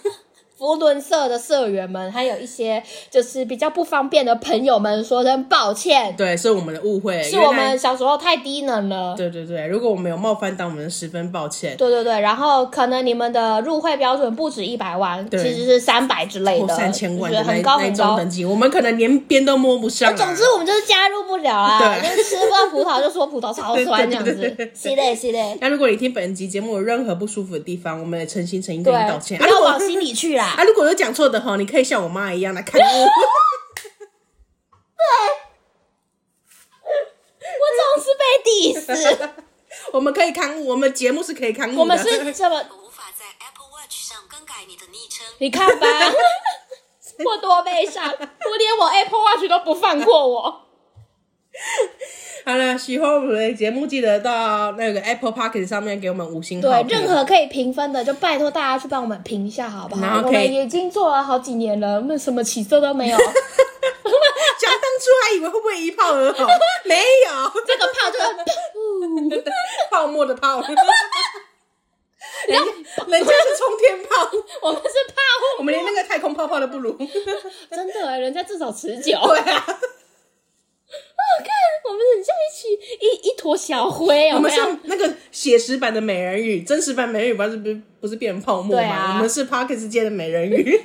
Speaker 2: 福伦社的社员们，还有一些就是比较不方便的朋友们说声抱歉，
Speaker 3: 对，是我们的误会，
Speaker 2: 是
Speaker 3: 原来
Speaker 2: 我们。小时候太低能了。
Speaker 3: 对对对，如果我们有冒犯到，我们十分抱歉。
Speaker 2: 对对对，然后可能你们的入会标准不止一百万，
Speaker 3: 对
Speaker 2: 其实是三百之类
Speaker 3: 破
Speaker 2: 的，
Speaker 3: 三千万
Speaker 2: 就
Speaker 3: 的
Speaker 2: 是
Speaker 3: 那
Speaker 2: 很高
Speaker 3: 那
Speaker 2: 很
Speaker 3: 种
Speaker 2: 高。哎
Speaker 3: 等级，我们可能连边都摸不上啊。
Speaker 2: 总之，我们就是加入不了啦，
Speaker 3: 对
Speaker 2: 就是吃不到葡萄就说葡萄超酸这样
Speaker 3: 对对对对
Speaker 2: 子
Speaker 3: 对，
Speaker 2: 系列系列，
Speaker 3: 那如果你听本集节目有任何不舒服的地方，我们也诚心诚意
Speaker 2: 对，
Speaker 3: 跟你道歉。
Speaker 2: 不
Speaker 3: 啊如
Speaker 2: 要
Speaker 3: 果
Speaker 2: 往心里去啦
Speaker 3: (laughs) 啊，。如果有讲错的哈，你可以像我妈一样来看我。 (laughs)
Speaker 2: 我总是
Speaker 3: (laughs)
Speaker 2: 被 diss。
Speaker 3: 我们可以看误，我们节目是可以看误的。
Speaker 2: 我们是这么，
Speaker 4: 无法在 Apple Watch 上更改你的昵称。
Speaker 2: 你看吧，我多悲伤，我连我 Apple Watch 都不放过我。
Speaker 3: 好了，喜欢我们的节目，记得到那个 Apple p o c k e t 上面给我们五星
Speaker 2: 对
Speaker 3: 好，评
Speaker 2: 任何可以评分的，就拜托大家去帮我们评一下，好不
Speaker 3: 然
Speaker 2: 好？
Speaker 3: 后
Speaker 2: 我
Speaker 3: 可以
Speaker 2: 们已经做了好几年了，我们什么起色都没
Speaker 3: (laughs)
Speaker 2: 有。
Speaker 3: 想当初还以为会不会一炮
Speaker 2: (laughs)
Speaker 3: 而红，没有， (laughs)
Speaker 2: 这个泡这个，噗
Speaker 3: 泡沫的泡， (laughs) 人家人家是冲天炮，
Speaker 2: 我们是
Speaker 3: 我
Speaker 2: 泡，
Speaker 3: 们连那个太空泡泡都不
Speaker 2: (laughs)
Speaker 3: 如。
Speaker 2: 真的欸，人家至少持久。
Speaker 3: 对啊，
Speaker 2: 我们很像一起一一坨小灰，哦
Speaker 3: 我
Speaker 2: 有
Speaker 3: 们
Speaker 2: 没有？
Speaker 3: 像那个写实版的美人鱼，真实版美人鱼不是不是不是变成泡沫
Speaker 2: 对
Speaker 3: 吗？
Speaker 2: 啊
Speaker 3: 我们是 p o c k e t 界的美
Speaker 2: (laughs)
Speaker 3: 人鱼。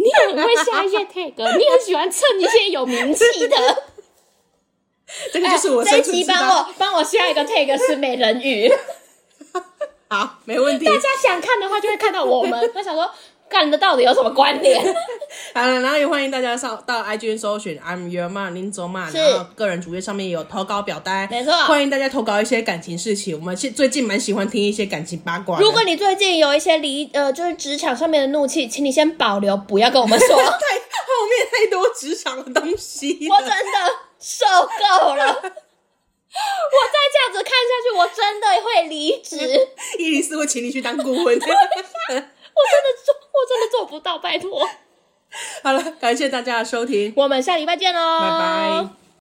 Speaker 2: 你很会下一些 tag，你
Speaker 3: (laughs)
Speaker 2: 很喜欢蹭一些有名气的。哎
Speaker 3: 这个就是我
Speaker 2: 这
Speaker 3: 生
Speaker 2: 一
Speaker 3: 存
Speaker 2: 集
Speaker 3: 之
Speaker 2: 帮
Speaker 3: 道。
Speaker 2: 我帮我下一个 tag 是美人鱼。
Speaker 3: 好，没问题。
Speaker 2: 大家想看的话，就会看到我
Speaker 3: (laughs)
Speaker 2: 们。他想说，干的到底有什么关联？
Speaker 3: 好了，然后也欢迎大家上到 IG 搜寻 I'm Your Man 林卓玛，
Speaker 2: 是
Speaker 3: 然后个人主页上面也有投稿表单，
Speaker 2: 没错
Speaker 3: 欢迎大家投稿一些感情事情。我们现最近蛮喜欢听一些感情八卦的。
Speaker 2: 如果你最近有一些离呃，就是职场上面的怒气，请你先保留，不要跟我们
Speaker 3: (laughs)
Speaker 2: 说。
Speaker 3: 太后面太多职场的东西了，
Speaker 2: 我真的受够
Speaker 3: (laughs)
Speaker 2: 了，我再这样子看下去，我真的会离
Speaker 3: (laughs)
Speaker 2: 职。我真的
Speaker 3: 伊林斯会请你去当顾
Speaker 2: (laughs)
Speaker 3: 问。
Speaker 2: 做，我真的做不到，拜托。
Speaker 3: 好了，感谢大家的收听，
Speaker 2: 我们下礼拜见喽，哦
Speaker 3: 拜拜。